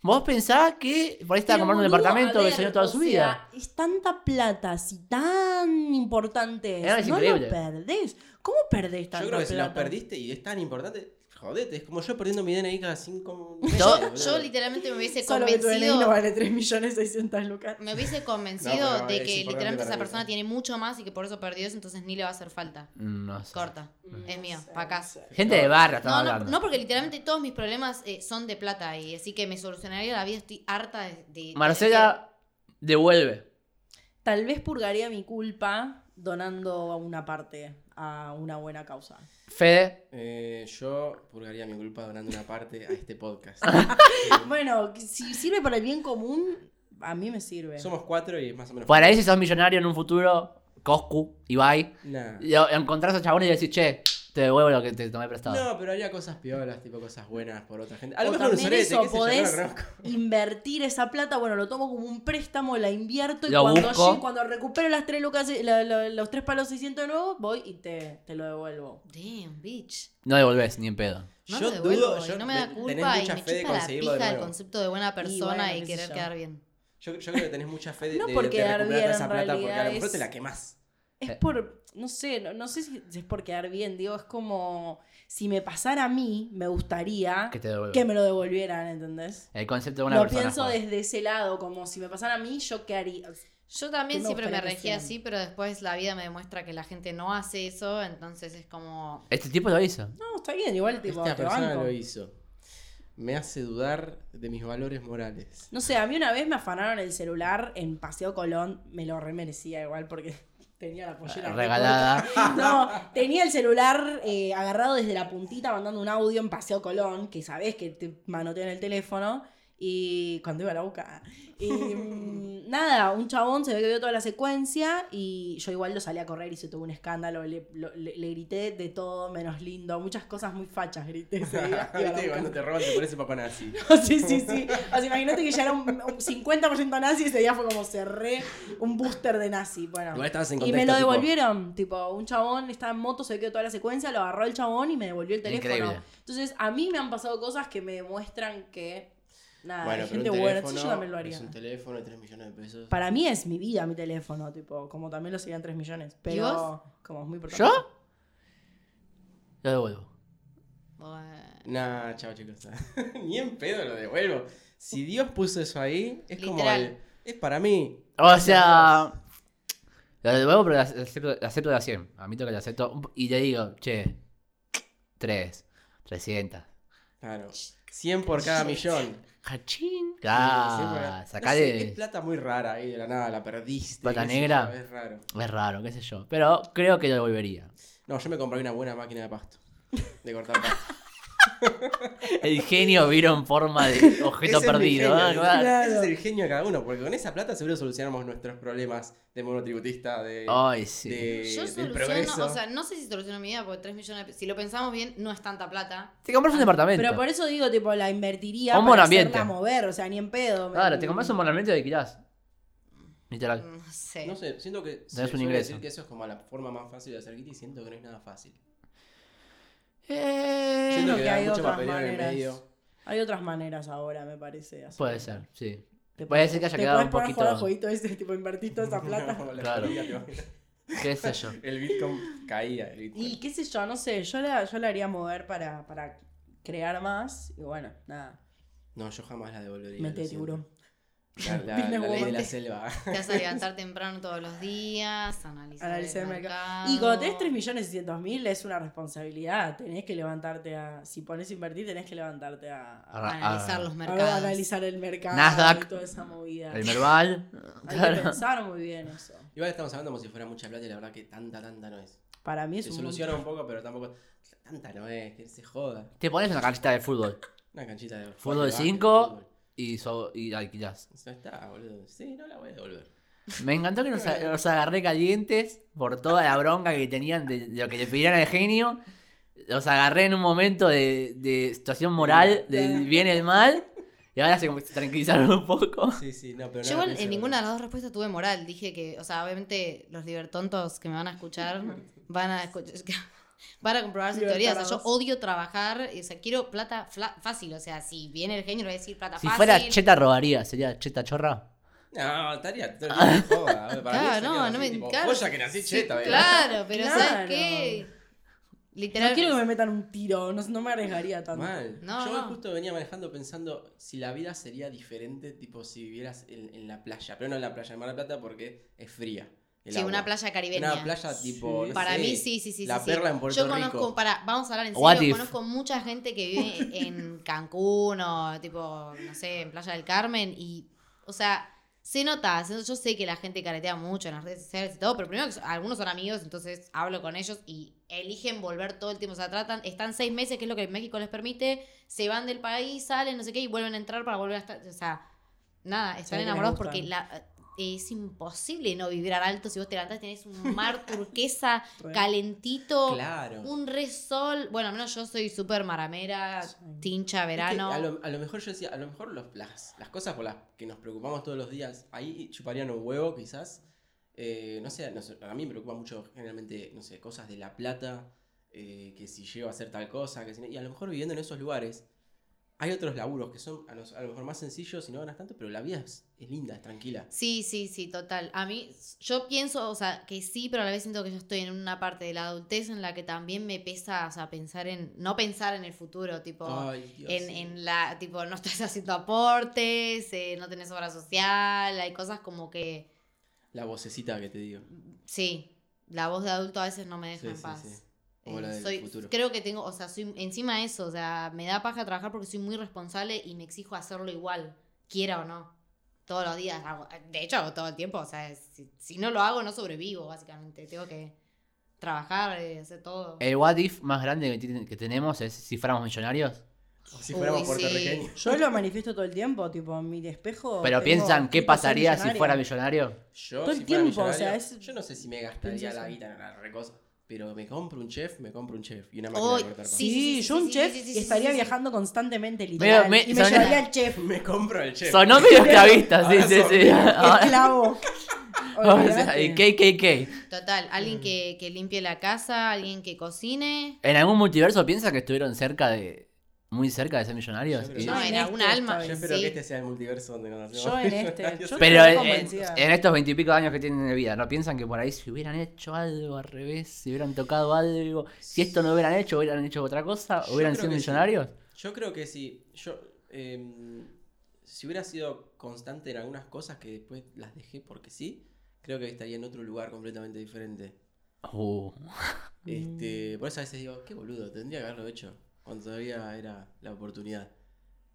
C: Vos pensás que por ahí estaba
F: Pero,
C: comprando un
F: boludo,
C: departamento
F: a
C: que
F: ver,
C: soñó toda
F: o
C: su
F: sea,
C: vida.
F: Es tanta plata, si tan importante es.
C: Claro, es
F: no
C: increíble.
F: lo perdés. ¿Cómo perdés tanta
E: Yo creo que si
F: plata?
E: los perdiste y es tan importante, jodete, es como yo perdiendo mi DNI cada 5
C: Yo-
D: Yo, yo literalmente me hubiese
F: Solo que tu DNI
D: convencido.
F: no vale 3 millones 600 lucas.
D: Me hubiese convencido
E: No, pero
D: de
E: es
D: que
E: importante
D: literalmente
E: para
D: esa
E: mí,
D: persona
E: ¿no?
D: tiene mucho más y que por eso perdió eso, entonces ni le va a hacer falta.
C: Mm, No sé.
D: Corta. Es mío,
F: sé,
D: para acá.
F: no sé.
C: Gente de barra estaba
D: No, no,
C: hablando.
D: no, porque literalmente todos mis problemas eh, son de plata y así que me solucionaría la vida. Estoy harta de. de-
C: Marcela devuelve.
F: Tal vez purgaría mi culpa donando una parte a una buena causa.
C: Fede.
E: Eh, yo purgaría mi culpa donando una parte a este podcast. Eh,
F: Bueno, si sirve para el bien común, a mí me sirve.
E: Somos cuatro y más o menos.
C: Para ahí si sos millonario en un futuro, Coscu, Ibai,
E: Nah.
C: y encontrás a chabones y decís, che, te devuelvo lo que te tomé prestado.
E: No, pero haría cosas piolas, tipo cosas buenas por otra gente. A lo
F: O
E: mejor un
F: también
E: sorete,
F: eso,
E: qué sé yo, no
F: podés-
E: lo conozco.
F: Invertir esa plata, bueno, lo tomo como un préstamo, la invierto y
C: Lo
F: cuando,
C: busco.
F: llegue- cuando recupero las tres lucas, eh, la- la- los tres palos 600 de nuevo, voy y te, te lo devuelvo.
D: Damn, bitch.
C: No devolvés, ni en pedo.
D: No
E: Yo
D: lo devuelvo,
E: dudo,
D: y
E: yo-
D: no me da
E: tenés
D: culpa y
E: mucha
D: me
E: fe de
D: chupa la
E: conseguirlo de
D: pija el
E: nuevo.
D: concepto de buena persona
F: bueno,
D: y,
F: qué sé
D: querer
F: yo.
D: quedar bien.
E: Yo, yo creo que tenés mucha fe de,
F: No
E: de-
F: por
E: de
F: quedar
E: recuperar
F: bien,
E: toda
F: en
E: esa plata porque a lo
F: realidad
E: mejor
F: es-
E: te la quemás.
C: Eh.
F: Es por, no sé, no, no sé si es por quedar bien, digo, es como, si me pasara a mí, me gustaría
C: Que te devuelvo.
F: que me lo devolvieran, ¿entendés?
C: El concepto de una
F: lo
C: persona.
F: pienso
C: joder.
F: desde ese lado, como si me pasara a mí, yo qué haría.
D: Yo también
F: Que me
D: siempre me
F: gustaría que
D: regía
F: sean.
D: así, pero después la vida me demuestra que la gente no hace eso, entonces es como.
C: Este tipo lo hizo.
F: No, está bien, igual tipo,
E: Esta
F: te
E: persona
F: banco.
E: lo hizo. Me hace dudar de mis valores morales.
F: No sé, a mí una vez me afanaron el celular en Paseo Colón, me lo remerecía igual porque tenía la pollera.
C: Regalada.
F: No, tenía el celular eh, agarrado desde la puntita mandando un audio en Paseo Colón, que sabés que te manotean el teléfono. Y cuando iba a la boca. Y mm, nada, un chabón se ve que vio toda la secuencia y yo igual lo salí a correr y se tuvo un escándalo. Le, lo- le- le grité de todo menos lindo. Muchas cosas muy fachas grité. ese día. Iba a la
E: ¿Viste?
F: boca.
E: Cuando te roban te pones el papá nazi.
F: Sí, sí, sí. O sea, imagínate que ya era un, un 50% nazi y ese día fue como cerré un booster de nazi. Bueno.
E: Igual estabas en
F: Y
E: contexto.
F: me lo
E: tipo,
F: devolvieron. Tipo, un chabón estaba en moto, se quedó toda la secuencia, lo agarró el chabón y me devolvió el teléfono.
C: Increíble.
F: Entonces, a mí me han pasado cosas que me demuestran que. Nada,
E: Bueno,
F: hay
E: pero un
F: gente buena.
E: teléfono,
F: Entonces, yo también lo haría.
E: es un teléfono de 3 millones de pesos.
F: Para mí es mi vida, mi teléfono, tipo, como también lo serían 3 millones. Pero
D: vos?
F: como es muy importante.
C: ¿Yo? Lo devuelvo.
D: bueno,
E: Nah, chao chicos. Ni en pedo lo devuelvo. Si Dios puso eso ahí, es como
D: Literal.
E: el- es para mí.
C: O sea. Lo devuelvo, pero la acepto, la acepto de a 100. Admito que la acepto. un po- Y le digo, che, 3, 300.
E: Claro. 100 por cada millón.
C: Cachín.
E: Sí, 100 por cada-
C: Ah,
E: no sé, Es
C: sacale.
E: plata muy rara ahí de la nada, la perdiste.
C: Plata
E: qué sé yo,
C: negra.
E: Es raro.
C: Es raro, qué sé yo. Pero creo que lo devolvería.
E: No, yo me compré una buena máquina de pasto. De cortar pasto.
C: El genio vino en forma de objeto
E: Ese es mi
C: perdido.
E: genio,
C: ¿no? Claro.
E: Ese es el genio de cada uno, porque con esa plata seguro solucionamos nuestros problemas de monotributista, de,
C: Ay, Oh, sí.
E: de-
D: Yo
E: Eh, del
D: soluciono,
E: progreso.
D: o sea, no sé si soluciono mi vida porque 3 millones de pesos, si lo pensamos bien, no es tanta plata.
C: Te compras un
E: Ah,
C: departamento.
F: Pero por eso digo, tipo, la invertiría
C: Un buen
F: para
C: ambiente.
F: hacerla mover, o sea, ni en pedo.
C: Claro, te compras un monumento y lo alquilás. Literal.
D: No sé.
E: No sé, siento que se
C: un
E: suele
C: ingreso.
E: decir que eso es como la forma más fácil de hacer guita y siento que no es nada fácil.
C: Eh,
E: Siento
F: lo
E: que
F: que
E: hay
F: hay
E: mucho
F: otras
E: papeleo en el
F: maneras.
E: medio.
F: Hay otras maneras ahora, me parece. de hacer.
C: Puede ser, sí.
F: Te
C: puede ser que haya
F: te
C: quedado
F: podés
C: un
F: poner a
C: poquito-
F: jugar al jueguito ese, tipo, invertís toda esa plata.
E: La
C: Claro.
E: economía te va-
C: ¿Qué sé yo?
E: El Bitcoin caía. El
F: Y
E: Bitcoin.
F: qué sé yo, no sé, yo la, yo la haría mover para, para crear más. Y bueno, nada,
E: No, yo jamás la devolvería.
F: mente
E: lo
F: de
E: siento.
F: tiburón.
E: La, la-
F: Tiene
E: la ley de la
F: guante.
E: selva.
D: Te vas a levantar temprano todos los días, analizar,
F: Analizar
D: el
F: el
D: mercado.
F: mercado. Y cuando tenés 3 millones mil es una responsabilidad. Tenés que levantarte a. Si pones a invertir, tenés que levantarte a. a-
C: Arra-
D: Analizar
C: ah,
D: los
F: a
D: mercados.
F: analizar el mercado
C: Nasdaq.
F: y toda esa movida.
C: El Merval.
F: Hay que
C: Claro.
F: pensar muy bien eso.
E: Igual estamos hablando como si fuera mucha plata y la verdad que tanta, tanta no es.
F: Para mí es
E: Se
F: un
E: soluciona un poco, pero tampoco. Tanta no es, que se joda.
C: Te pones una canchita de fútbol
E: Una canchita de.
C: Fútbol
E: básquet,
C: cinco.
E: fútbol.
C: y, so- y alquilás.
E: Eso está, boludo. Sí, no la voy a devolver.
C: Me encantó que nos, a- nos agarré calientes por toda la bronca que tenían de, de lo que le pidieron al genio. Los agarré en un momento de, de situación moral, del bien y el mal. Y ahora se, como que se tranquilizaron un poco.
E: Sí, sí, no, pero
D: Yo igual en ninguna de las dos respuestas tuve moral. Dije que, o sea, obviamente los libertontos que me van a escuchar van a escuch- Van a comprobar su teoría. O sea, yo
F: Libertarados.
D: odio trabajar. O sea, quiero plata fla- fácil. O sea, si viene el genio, le voy a decir plata
C: Si
D: fácil.
C: fuera cheta, robaría. ¿Sería cheta chorra?
E: No, estaría todo el día de joda. boludo. Para mí
D: Claro, no,
E: sería
D: no
E: así,
D: me-
E: tipo,
D: claro.
E: Joya que nací cheta, ¿verdad?
D: Claro, pero ¿sabes
F: Claro.
D: qué? Literal.
F: No quiero que me metan un tiro, no, no me arriesgaría tanto.
E: Mal.
D: No,
E: Yo
D: no.
E: justo venía manejando pensando si la vida sería diferente, tipo si vivieras en, en la playa. Pero no en la playa, en Mar del Plata porque es fría. el
D: Sí, una
E: agua.
D: playa caribeña.
E: Una playa tipo. no
D: Para
E: sé,
D: mí sí, sí, sí.
E: La
D: sí, sí.
E: perla en Puerto
D: Yo conozco,
E: Rico.
D: para, vamos a hablar en
C: What
D: serio,
C: if?
D: conozco mucha gente que vive en Cancún o tipo, no sé, en Playa del Carmen y, o sea, se nota, se- yo sé que la gente caretea mucho en las redes sociales y todo, pero primero que so- algunos son amigos, entonces hablo con ellos y eligen volver todo el tiempo, o sea, tratan, están seis meses, que es lo que México les permite, se van del país, salen, no sé qué, y vuelven a entrar para volver a estar, o sea, nada, están
F: que les
D: enamorados
F: gustan.
D: porque la... Es imposible no vibrar alto si vos te levantás tenés un mar turquesa
F: Re.
D: calentito,
E: Claro.
D: un resol. Bueno, al menos yo soy súper maramera,
F: Sí.
D: tincha,
E: Es que
D: verano.
E: a, lo, a lo mejor yo decía, a lo mejor los- las, las cosas por las que nos preocupamos todos los días, ahí chuparían un huevo quizás. Eh, no sé, no sé, a mí me preocupa mucho generalmente, no sé, cosas de la plata, eh, que si llego a hacer tal cosa, que si no- y a lo mejor viviendo en esos lugares hay otros laburos que son a, los- a lo mejor más sencillos y no ganas tanto, pero la vida es, es linda, es tranquila.
D: Sí, sí, sí, total. A mí, yo pienso, o sea, que sí, pero a la vez siento que yo estoy en una parte de la adultez en la que también me pesa, o sea, pensar en, no pensar en el futuro, tipo,
E: Ay, Dios,
D: en,
E: sí.
D: en la, tipo, no estás haciendo aportes, eh, no tenés obra social, hay cosas como que,
E: La vocecita que te digo.
D: sí, la voz de adulto a veces no me deja
E: Sí,
D: en
E: sí,
D: paz.
E: sí. Como la
D: Eh,
E: del
D: soy-
E: futuro.
D: Creo que tengo, o sea, soy encima de eso, o sea, me da paja trabajar porque soy muy responsable y me exijo hacerlo igual, quiera o no. Todos los días hago- de hecho hago todo el tiempo, o sea, si, si no lo hago no sobrevivo, básicamente. Tengo que trabajar, eh, hacer todo.
C: El what if más grande que, tiene- que tenemos es si fuéramos millonarios.
E: O si fuéramos
D: Uy, sí.
E: puertorriqueños.
F: Yo lo manifiesto todo el tiempo, tipo, en mi despejo.
C: Pero
F: tengo-
C: piensan, ¿qué
F: tipo, soy
C: pasaría si
F: millonaria.
C: fuera millonario?
E: Yo,
F: Todo el
E: si fuera
F: tiempo, o
E: millonario,
F: sea, es-
E: Yo no sé si me gastaría
F: pienso
E: la
F: eso.
E: guita en una re cosa, pero me compro un chef, me compro un chef y una máquina
D: Oh,
E: de cortar pan.
D: Sí,
F: Sí,
D: sí, sí,
F: yo
D: sí,
F: un
D: sí,
F: chef
D: sí, sí,
F: y
D: sí,
F: estaría
D: sí, sí.
F: viajando constantemente, literal.
C: me-
F: y me
C: sonó-
F: llevaría el chef.
E: Me compro el chef.
C: Sonó medio esclavista, sí,
E: Ahora
C: sí,
E: son-
C: sí. Ahora-
F: Esclavo.
C: o Ah. sea,
F: Olvídate.
C: y KKK.
D: Total, alguien
F: Mm.
D: que, que limpie la casa, alguien que cocine.
C: ¿En algún multiverso piensan que estuvieron cerca de. muy cerca de ser millonarios?
E: Yo
C: Y-
E: creo
D: No,
E: en
D: en
F: este
D: algún alma.
E: Yo espero
D: sí.
E: que este sea el multiverso donde conocemos.
F: Yo en este,
E: millonarios.
F: yo-
C: Pero eh,
F: Estoy
C: en,
F: convencida.
C: en estos veintipico de años que tienen de vida, ¿no piensan que por ahí si hubieran hecho algo al revés, si hubieran tocado algo, si esto no hubieran hecho, hubieran hecho otra cosa,
E: Yo
C: hubieran
E: creo
C: sido
E: que sí.
C: millonarios?
E: Yo creo que sí. Yo, em, si hubiera sido constante en algunas cosas que después las dejé porque sí, creo que estaría en otro lugar completamente diferente.
C: Uh,
E: Este, por eso a veces digo, qué boludo, tendría que haberlo hecho cuando todavía era la oportunidad.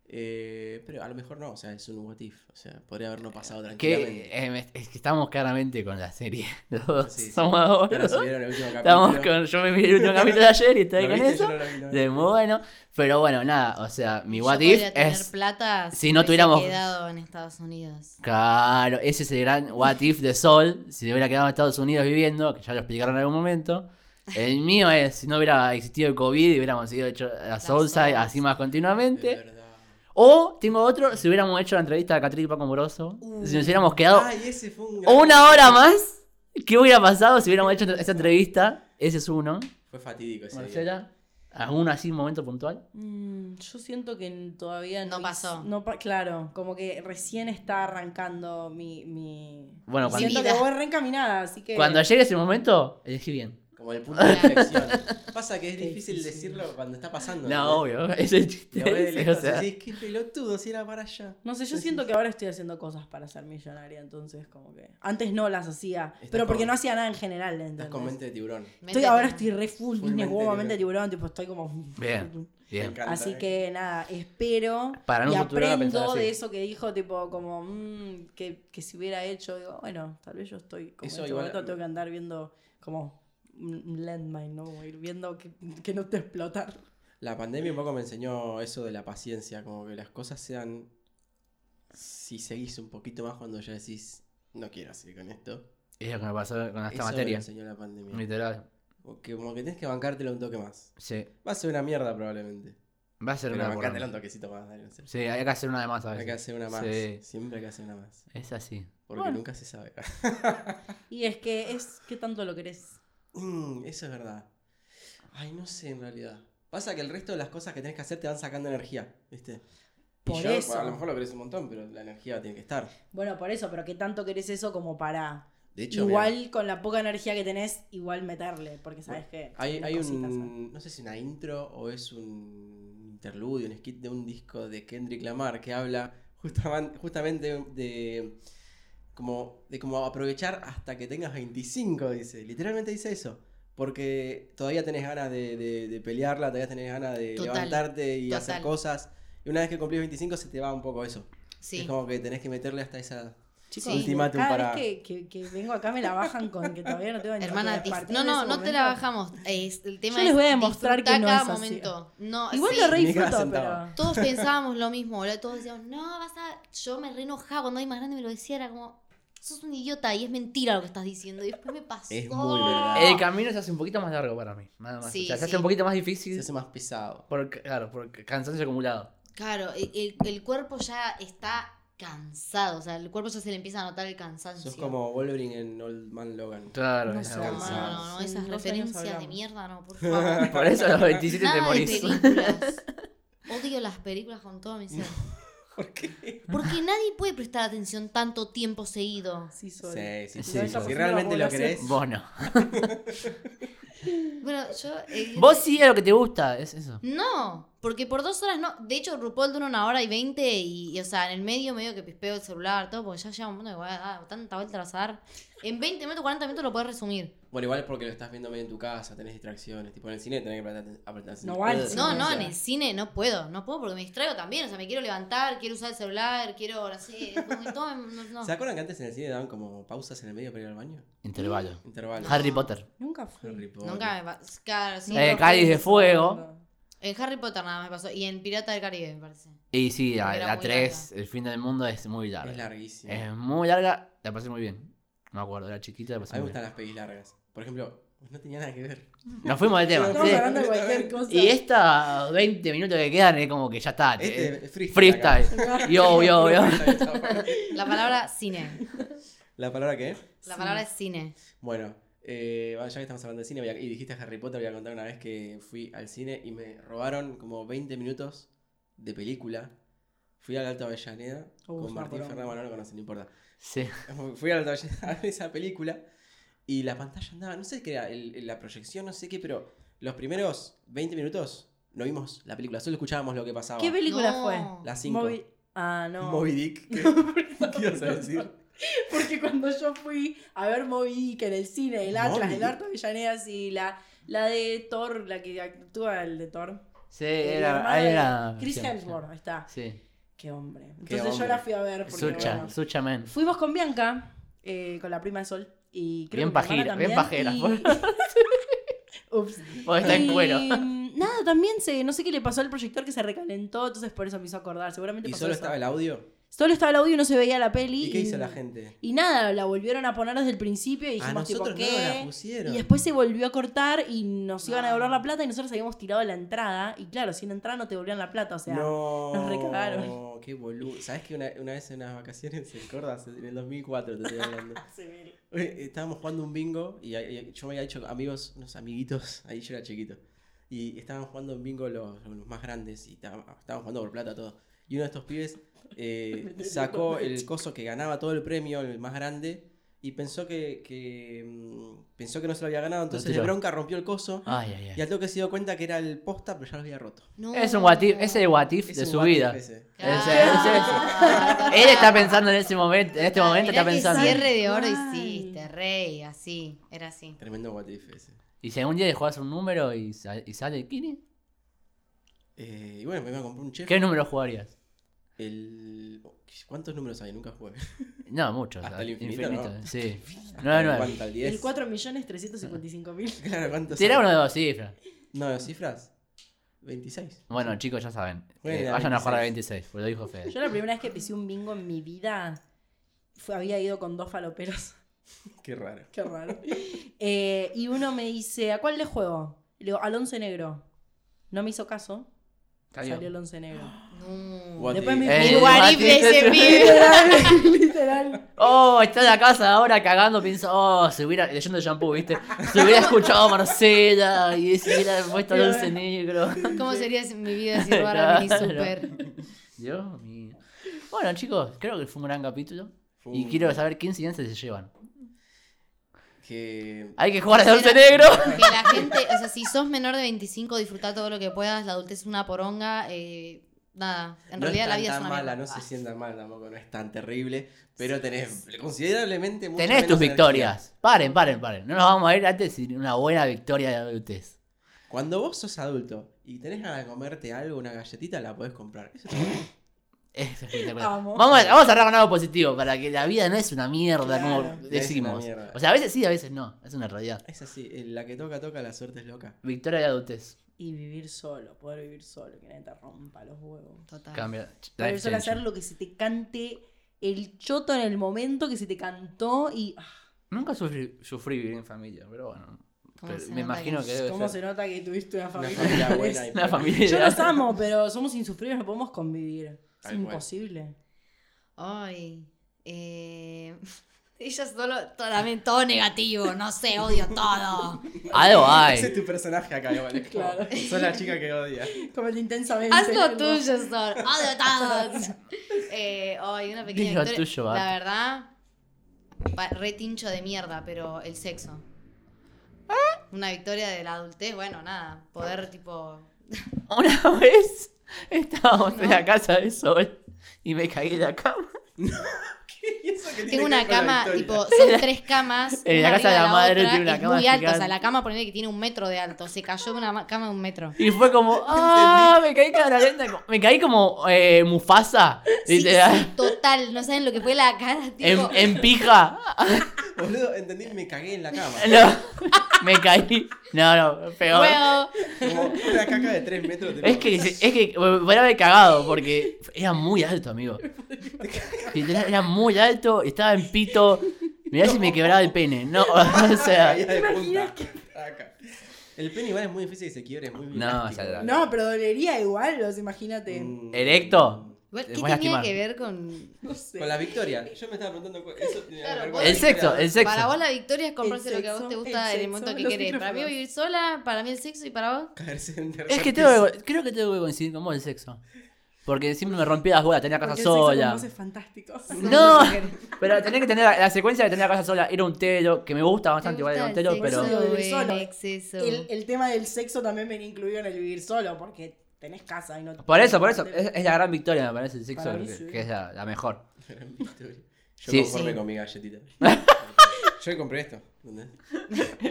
E: Eh, pero a lo mejor no, o sea, es un what if, o sea, podría haberlo pasado
C: que,
E: tranquilamente.
C: eh, es que estamos claramente con la serie. Los dos
E: Sí, sí.
C: somos ahora.
E: Ahora se vieron el último capítulo.
C: Estamos con, yo me vi el último capítulo de ayer y
E: ¿Lo
C: estoy con
E: viste? Yo
C: eso.
E: no lo vi, no lo vi.
C: De muy bueno. Pero bueno, nada, o sea, mi
D: Yo
C: what if
D: podría tener
C: es.
D: plata
C: si no
D: hubiese
C: tuviéramos-
D: quedado en Estados Unidos.
C: Claro, ese es el gran what if de Sol. Si se hubiera quedado en Estados Unidos viviendo, que ya lo explicaron en algún momento. El mío es, si no hubiera existido el COVID, hubiéramos ido hecho a Soulside
D: Souls.
C: así más
E: De
C: continuamente.
E: verdad.
C: O tengo otro, si hubiéramos hecho la entrevista de Catrín y Paco Moroso, si nos hubiéramos quedado
E: Ay, ese fue un gran-
C: una hora más, ¿qué hubiera pasado si hubiéramos hecho esa entrevista? Ese es uno.
E: Fue fatídico ese día.
C: Marcela, ¿Alguno así, momento puntual?
F: Mm, yo siento que n- todavía
D: No
F: hice-
D: pasó.
F: no pa- claro, como que recién está arrancando mi. mi...
C: Bueno, cuando,
F: Siento
D: vida.
F: que voy reencaminada, así que.
C: cuando llegue ese momento, elegí bien.
E: Como el punto de inflexión. Pasa que es
F: Qué
E: difícil
F: difícil.
E: decirlo cuando está pasando.
C: No, obvio, es el chiste.
E: Lo ves de
C: o
E: lejos
C: sea,
E: así, qué pelotudo si era para allá.
F: No sé, yo siento que ahora estoy haciendo cosas para ser millonaria, entonces como que. Antes no las hacía,
E: Estás
F: pero porque
E: con-
F: no hacía nada en general,
E: Estás
F: ¿entendés?
E: con mente de tiburón.
F: Estoy, ahora estoy re full,
E: Full
F: Disney
E: mente
F: World,
E: libre.
F: mente de tiburón, tipo, estoy como.
C: Bien.
E: Me
C: bien.
E: encanta,
F: Así
E: eh.
F: que nada, espero
C: Para en un
F: y
C: futuro la
F: aprendo
C: pensás así.
F: de eso que dijo, tipo, como mm, que, que si hubiera hecho, digo, bueno, tal vez yo estoy como
E: Eso
F: en este
E: igual-
F: momento tengo que andar viendo como un un landmine, ¿no? Como ir viendo que, que no te explotar.
E: La pandemia un poco me enseñó eso de la paciencia, como que las cosas sean. Si seguís un poquito más cuando ya decís, no quiero seguir con esto.
C: Es lo que me pasó con esta
E: Eso me
C: materia.
E: enseñó la pandemia.
C: Literal.
E: O que como que tenés que bancártela un toque más.
C: Sí.
E: Va a ser una mierda probablemente.
C: Va a ser
E: Pero
C: una por-
E: bancártela un toquecito más, dale, no sé.
C: Sí, hay que hacer una de más a
E: Hay que
C: veces.
E: hacer una más.
C: Sí.
E: Siempre hay que hacer una más.
C: Es así.
E: Porque
F: Bueno.
E: nunca se sabe.
F: Y es que es que tanto lo querés.
E: Mm, eso es verdad. Ay, no sé en realidad. Pasa que el resto de las cosas que tenés que hacer te van sacando energía, ¿viste? Y
F: Por
E: yo,
F: eso.
E: bueno, a lo mejor lo querés un montón, pero la energía tiene que estar.
F: Bueno, por eso, pero que tanto querés eso como para.
E: De hecho,
F: igual
E: mirá,
F: con la poca energía que tenés, igual meterle, porque sabes que.
E: hay,
F: tenés
E: hay
F: cositas, ¿sabes?
E: un. No sé si una intro o es un interludio, un skit de un disco de Kendrick Lamar que habla justamente, justamente de. Como, de como aprovechar hasta que tengas 25, dice. Literalmente dice eso. Porque todavía tenés ganas de, de- de pelearla, todavía tenés ganas de
D: Total,
E: levantarte y hacer
D: total.
E: cosas. Y una vez que cumplís 25 se te va un poco eso.
D: Sí.
E: Es como que tenés que meterle hasta esa...
F: Chicos,
D: Sí.
E: ultimátum
F: cada
E: para-
F: vez que, que- que vengo acá me la bajan con que todavía no tengo
D: Hermana,
F: que a
D: dis-
F: partir
D: no,
F: de
D: no,
F: ese
D: no te
F: momento-
D: la bajamos. Es- el tema
F: Yo
D: es
F: les voy a demostrar que
D: disfrutá
F: no
D: cada
F: es así.
D: momento. No,
F: Igual
D: sí.
F: lo re
E: Ni cada
F: disfruto,
E: centavo.
F: pero.
D: Todos pensábamos lo mismo, boludo. Todos decíamos, no, vas a. Yo me re enojaba cuando alguien más grande me lo decía, era como, sos un idiota y es mentira lo que estás diciendo. Y después me pasó. Eh,
E: Es muy verdad.
C: El camino se hace un poquito más largo para mí. Nada más.
D: Ah. Sí,
C: O sea, se hace
D: sí.
C: un poquito más
E: Se
C: difícil.
E: hace más pesado.
C: Por, claro, por cansancio acumulado.
D: Claro, el, el- el cuerpo ya está cansado. O sea, el cuerpo ya se le empieza a notar el cansancio.
E: Sos como Wolverine en Old Man Logan.
C: Claro,
F: No
C: es
F: sé,
D: No,
C: algo-
D: no, no, no,
F: Sí,
D: esas
F: no sé, nos
D: referencias de
F: hablamos.
D: mierda, no, por favor.
C: Por eso a los 27 te
D: Nada de
C: morís.
D: películas. Odio las películas con todo mi ser.
E: ¿Por qué?
D: Porque nadie puede prestar atención tanto tiempo seguido.
F: Sí, soy.
E: Sí, sí,
C: Sí, sí,
E: sí. Si
C: sí.
E: realmente lo querés.
C: Vos no.
D: Bueno, yo. eh,
C: Vos sí a lo que te gusta, es eso.
D: No, porque por dos horas no. De hecho, RuPaul dura una hora y veinte y, y, o sea, en el medio medio que pispeo el celular, todo, porque ya llega un punto de ah, tanta vuelta al dar. En 20 minutos, 40 minutos lo puedes resumir.
E: Bueno, igual es porque lo estás viendo medio en tu casa, tenés distracciones. Tipo en el cine tenés que apretar apretar
F: No va al
E: Eh,
F: Sí, cine.
D: No, no,
E: o sea,
D: en el cine no puedo, no puedo porque me distraigo también. O sea, me quiero levantar, quiero usar el celular, quiero, no sé, como que todo, no, no.
E: ¿Se acuerdan que antes en el cine daban como pausas en el medio para ir al baño?
C: Intervalo.
E: Intervalos.
C: Harry Potter.
F: Nunca fui.
E: Harry Potter.
D: Nunca me pasó. Claro, sí.
C: Eh, Cáliz de Fuego.
D: En Harry Potter nada más me pasó. Y en Pirata del Caribe, me parece.
C: Y sí, la,
D: Era
C: la
D: muy
C: 3, el fin del mundo, es muy larga.
E: Es larguísimo.
C: Es muy larga, la pasé muy bien. No me acuerdo, era chiquita, la
E: A
C: pasé
E: mí me
C: muy
E: gustan
C: bien.
E: las pelis largas. Por ejemplo, no tenía nada que ver.
C: Nos fuimos del tema.
F: Estamos
C: sí.
F: hablando de cualquier cosa.
C: Y
D: este
C: estos 20 minutos que quedan es como que ya está.
E: Este
C: eh,
E: es freestyle. acá.
C: freestyle. Yo, yo, yo.
D: La palabra cine.
E: ¿La palabra qué?
D: La palabra es cine.
E: Bueno, eh, bueno, ya que estamos hablando de cine voy a- y dijiste Harry Potter, voy a contar una vez que fui al cine y me robaron como 20 minutos de película. Fui al Alto Avellaneda
F: Uh,
E: con
F: una
E: Martín
F: poronga.
E: Fernández, bueno, no lo conocen, no importa.
C: Sí.
E: Fui al Alto Avellaneda a ver esa película y la pantalla andaba, no sé qué era, el- el- la proyección, no sé qué, pero los primeros 20 minutos no vimos la película, solo escuchábamos lo que pasaba.
F: ¿Qué película
D: No.
F: fue?
E: Las 5.
F: Moby- Ah, no.
E: Moby Dick. ¿Qué, qué ibas a decir?
F: Porque cuando yo fui a ver Moby Dick en el cine, el Atlas,
E: Moby
F: el
E: Dick.
F: Arto Villaneas y la, la de Thor, la que actúa el de Thor.
C: Sí,
F: Eh,
C: era.
F: la hermana
C: ahí
F: de
C: era-
F: Chris
C: sí,
F: Hemsworth, ahí está.
C: Sí.
F: Qué hombre.
E: Qué
F: Entonces
E: hombre.
F: yo la fui a ver porque
C: Sucha,
F: bueno,
C: Sucha men.
F: Fuimos con Bianca, eh, con la prima de Sol. Y creo
C: Bien
F: que mi
C: pajera,
F: hermana
C: bien pajera.
F: también, y- Ups.
C: Vos está en
F: Y,
C: cuero.
F: mm, Nada, también se, no sé qué le pasó al proyector que se recalentó, entonces por eso me hizo acordar. Seguramente
E: ¿Y
F: pasó
E: solo
F: eso.
E: estaba el audio?
F: Solo estaba el audio y no se veía la peli.
E: ¿Y qué hizo la gente?
F: Y nada, la volvieron a poner desde el principio y dijimos,
E: A nosotros
F: tipo,
E: no nos
F: ¿qué?
E: la pusieron.
F: y después se volvió a cortar y nos iban a
D: No.
F: devolver la plata y nosotros habíamos tirado la entrada. Y claro, sin entrar no te volvían la plata, o sea.
E: no,
F: nos recagaron.
E: Qué boludo. ¿Sabes que una, una vez en unas vacaciones en Córdoba, en el 2004 te estoy hablando?
F: Sí.
E: Oye, Estábamos jugando un bingo y, ahí- yo me había hecho amigos, unos amiguitos, ahí yo era chiquito. Y estaban jugando en bingo los, los más grandes y estaban, estaban jugando por plata todo. Y uno de estos pibes eh, sacó el coso que ganaba todo el premio, el más grande, y pensó que, que, mm, pensó que no se lo había ganado. Entonces de
C: tiró.
E: bronca rompió el coso
C: Ay, ay,
E: y
C: ay.
E: al toque se dio cuenta que era el posta, pero ya lo había roto.
D: No.
C: Es un what if, es el what if
E: Es
C: de
E: un
C: su
E: what if
C: vida.
E: ese.
C: Ese, ese, ese. Él está pensando en ese momento, en este momento
D: Mirá
C: está
D: qué
C: pensando.
D: cierre de oro
F: Mal.
D: hiciste, rey, así, era así.
E: Tremendo what if ese.
C: Y si algún día le jugás un número y, sa- y sale, ¿quién es?
E: Eh, y bueno, me iba a comprar un chef.
C: ¿Qué número jugarías?
E: El... ¿Cuántos números hay? Nunca jugué.
C: No, muchos.
E: Hasta
C: ah,
E: el infinito, ¿no?
C: Sí. 9, 9.
E: ¿Cuánto? ¿Al 10?
F: El 4.355.000.
E: Claro, ¿cuántos
C: Será
E: hay?
C: uno de dos cifras.
E: No, ¿las cifras. 26.
C: Bueno, chicos, ya saben.
E: Bueno,
C: Eh,
E: la
C: vayan a jugar a 26, porque lo dijo Fede.
F: Yo la primera vez que pisé un bingo en mi vida fue- había ido con dos faloperos.
E: Qué raro.
F: Qué raro. Eh, y uno me dice, ¿a cuál le juego? Y le digo, al once negro. No me hizo caso.
C: Cayó.
F: Salió el once negro.
D: No.
E: What
F: Después
E: if.
F: me-
C: Eh,
D: El what if de ese pibe.
F: Literal, literal.
C: Oh, está en la casa ahora cagando, pienso, oh, se hubiera, leyendo shampoo, ¿viste? Se hubiera escuchado a Marcela y se hubiera puesto dulce negro.
D: ¿Cómo sería si- mi vida sin robar a mini
C: Claro.
D: super?
C: Dios mío. Bueno, chicos, creo que fue un gran capítulo.
E: Fue
C: Y
E: un-
C: quiero saber quién silencio se llevan.
E: Que...
C: Hay que jugar de dulce negro.
D: Que la gente, o sea, si sos menor de 25, disfrutá todo lo que puedas, la adultez es una poronga, eh, nada, en
E: no
D: realidad
E: es
D: la
E: tan,
D: vida es
E: tan
D: una
E: mala,
D: mierda. Ah,
E: no se sientan mal tampoco, no es tan terrible, pero tenés considerablemente mucho
C: Tenés
E: menos
C: tus
E: energía.
C: victorias. Paren, paren, paren. No nos vamos a ir antes sin una buena victoria de ustedes.
E: Cuando vos sos adulto y tenés ganas de comerte algo, una galletita, la podés comprar. Eso está bueno.
C: Es espectacular.
F: Amo.
C: Vamos, a, vamos a cerrar con algo positivo, para que la vida no es una mierda,
F: Claro.
C: como
E: No es una
C: decimos.
E: mierda.
C: O sea, a veces sí, a veces no. Es una realidad.
E: Es así, eh, la que toca, toca, la suerte es loca.
C: Victoria de adultez.
F: Y vivir solo, poder vivir solo, que nadie te rompa los huevos.
D: Total.
C: Cambia.
F: Poder
C: Life
F: solo hacer
C: change.
F: lo que se te cante el choto en el momento que se te cantó y ah,
C: Nunca sufrí, sufrí vivir en familia, pero bueno.
D: ¿Cómo
C: Pero
D: se
C: me
D: nota
C: imagino que debe
F: cómo
C: ser.
F: se nota que tuviste una
E: Una
F: familia.
E: familia
F: con
E: buena
F: eso.
E: y
C: Una familia
F: Yo
C: ideal.
F: los amo, pero somos insufribles, no podemos convivir. Es
E: Tal cual.
F: imposible.
D: Ay. Eh... Ella solo, todo, también todo negativo, no sé, odio todo.
C: Algo
E: Ese es
C: hay.
E: tu personaje acá, igual. es como-
F: Claro.
E: Sos la chica que odia.
F: Comete intensamente.
D: Haz lo
F: ¿no?
D: tuyo, Sor. Odio todo. Eh, ay, una pequeña
C: Di lo
D: victoria.
C: tuyo, Bart.
D: La verdad, pa- re tincho de mierda, pero el sexo. Una victoria de la adultez, bueno, nada. Poder, tipo.
C: Una vez estábamos en
D: No.
C: la casa del sol y me caí de la cama.
E: ¿Y eso qué tiene
D: Tengo
E: que
D: una
E: ver con la
D: cama,
E: victoria?
D: tipo, son tres camas.
C: En la
D: una
C: casa de
D: arriba
C: la madre
D: otra,
C: tiene una
D: es
C: cama
D: Muy alta, o sea,
C: gigante.
D: la cama ponele que tiene un metro de alto. Se cayó de una ma- cama de un metro.
C: Y fue como, ah, me caí cara lenta. como- Me caí como eh, Mufasa.
D: Sí,
C: literal.
D: sí, total, no saben lo que fue la cara,
C: en,
D: tipo.
C: en pija.
E: Boludo, entendí, me cagué en la cama.
C: No, me caí. No, no, peor.
D: huevo.
E: Como una caca de 3 metros. te-
C: Es que, es que me podría haber cagado porque era muy alto, amigo. Literal, Era muy alto, estaba en pito. Mirá si me quebraba el pene. No, o sea.
E: Caída de punta. Acá. El pene igual es muy difícil que se quiebre, es muy
C: No, o sea,
E: elástico.
F: No, pero dolería igual, o sea, imagínate.
E: Mm.
C: Erecto.
D: Igual,
C: Te
D: ¿Qué
C: voy a
D: tenía
C: lastimar.
D: que ver con
F: No sé.
E: Con la victoria. Yo me estaba preguntando. cu- Eso tenía
D: Claro,
E: que ver
D: vos-
E: con la
C: El sexo,
E: victoria.
C: el sexo.
D: Para vos la victoria es comprarse
F: El
D: lo que a vos
F: sexo,
D: te gusta
F: el
D: en el momento
F: sexo,
D: que
F: los
D: querés. Para mí
F: micrófonos.
D: vivir sola, para mí el sexo y para vos.
E: Caerse en tercer
C: Es que
E: piso.
C: tengo que- creo que tengo que coincidir con vos en el sexo. Porque siempre me rompía las bolas, tenía casa
F: Porque el sexo con
C: sola.
F: vos es fantástico.
C: No, pero tenés que tener la, la secuencia de tener la casa sola. Era un telo, que me gusta bastante igual
D: Me
C: era un
D: gusta
C: telo,
D: el
C: pero.
D: sexo
F: Vivir
D: en
F: sola.
D: exceso.
F: El, el tema del sexo también venía incluido en el vivir solo, porque tenés casa y no
C: Por eso, por eso. Es, es la gran victoria, me parece, el sexo,
F: Para mí
C: que,
F: sí.
C: que es la, la mejor.
E: Gran victoria. Yo
C: Sí,
E: conforme
C: sí.
E: con mi galletita. Yo compré esto. ¿entendés?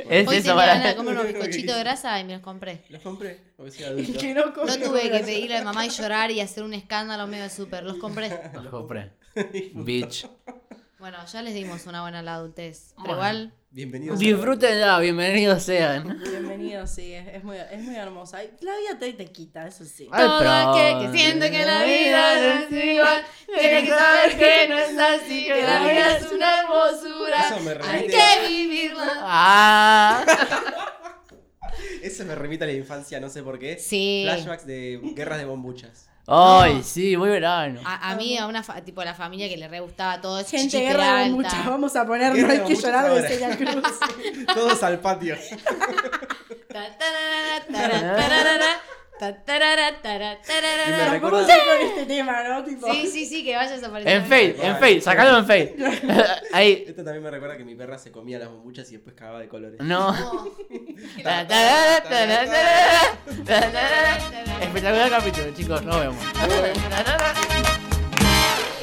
C: Es
D: Hoy
C: eso,
D: tenía
C: para-
D: ganas de comer unos bizcochitos de grasa y me los compré.
E: Los compré, porque soy
F: Y
E: adulto.
F: que no,
D: No
F: comió
D: tuve que
F: grasa.
D: pedirle a mamá y llorar y hacer un escándalo medio de súper. Los compré.
C: Los compré. Bitch.
D: Bueno, ya les dimos una buena a la adultez.
C: Bueno.
D: Pero igual,
E: Bienvenidos. a-
C: Disfrútenla, bienvenidos sean.
F: Bienvenido, sí, es, es muy, es muy hermosa. Y la vida te, te quita, eso sí.
C: Ay,
D: todo
C: pero-
D: aquel que siente que la vida no es igual, tiene que saber que no es así, que la vida es una hermosura.
E: Eso me
D: Hay
E: remite,
D: que vivirla.
C: Ah.
E: eso me remite a la infancia, no sé por qué.
D: Sí.
E: Flashbacks de guerras de bombuchas.
C: Ay, sí, muy verano.
D: A, a mí, a una fa- tipo a la familia que le re gustaba todo,
F: Gente,
D: Chichi
F: guerra de
D: Peralta.
F: muchas, vamos a poner,
E: Guerra
F: no
E: de
F: hay que
E: muchas
F: llorar de
E: ahora.
F: Celia Cruz.
E: Todos al patio.
D: Ta, tarara, tara, tarara, ta, tarara, tara, tarara.
E: Y me recuerdo-
F: Tampoco sé con este tema, ¿no? Tipo,
D: Sí, sí, sí, que vayas apareciendo.
C: En Fade, en Fade, sacalo en Fade. Ahí.
E: Esto también me recuerda que mi perra se comía las bombuchas y después cagaba de colores.
C: No.
D: No.
C: Espectacular capítulo, chicos. Nos vemos.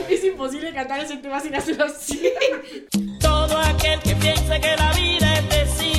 F: Es imposible cantar ese tema sin hacerlo así.
G: Todo aquel que piensa que la vida es decir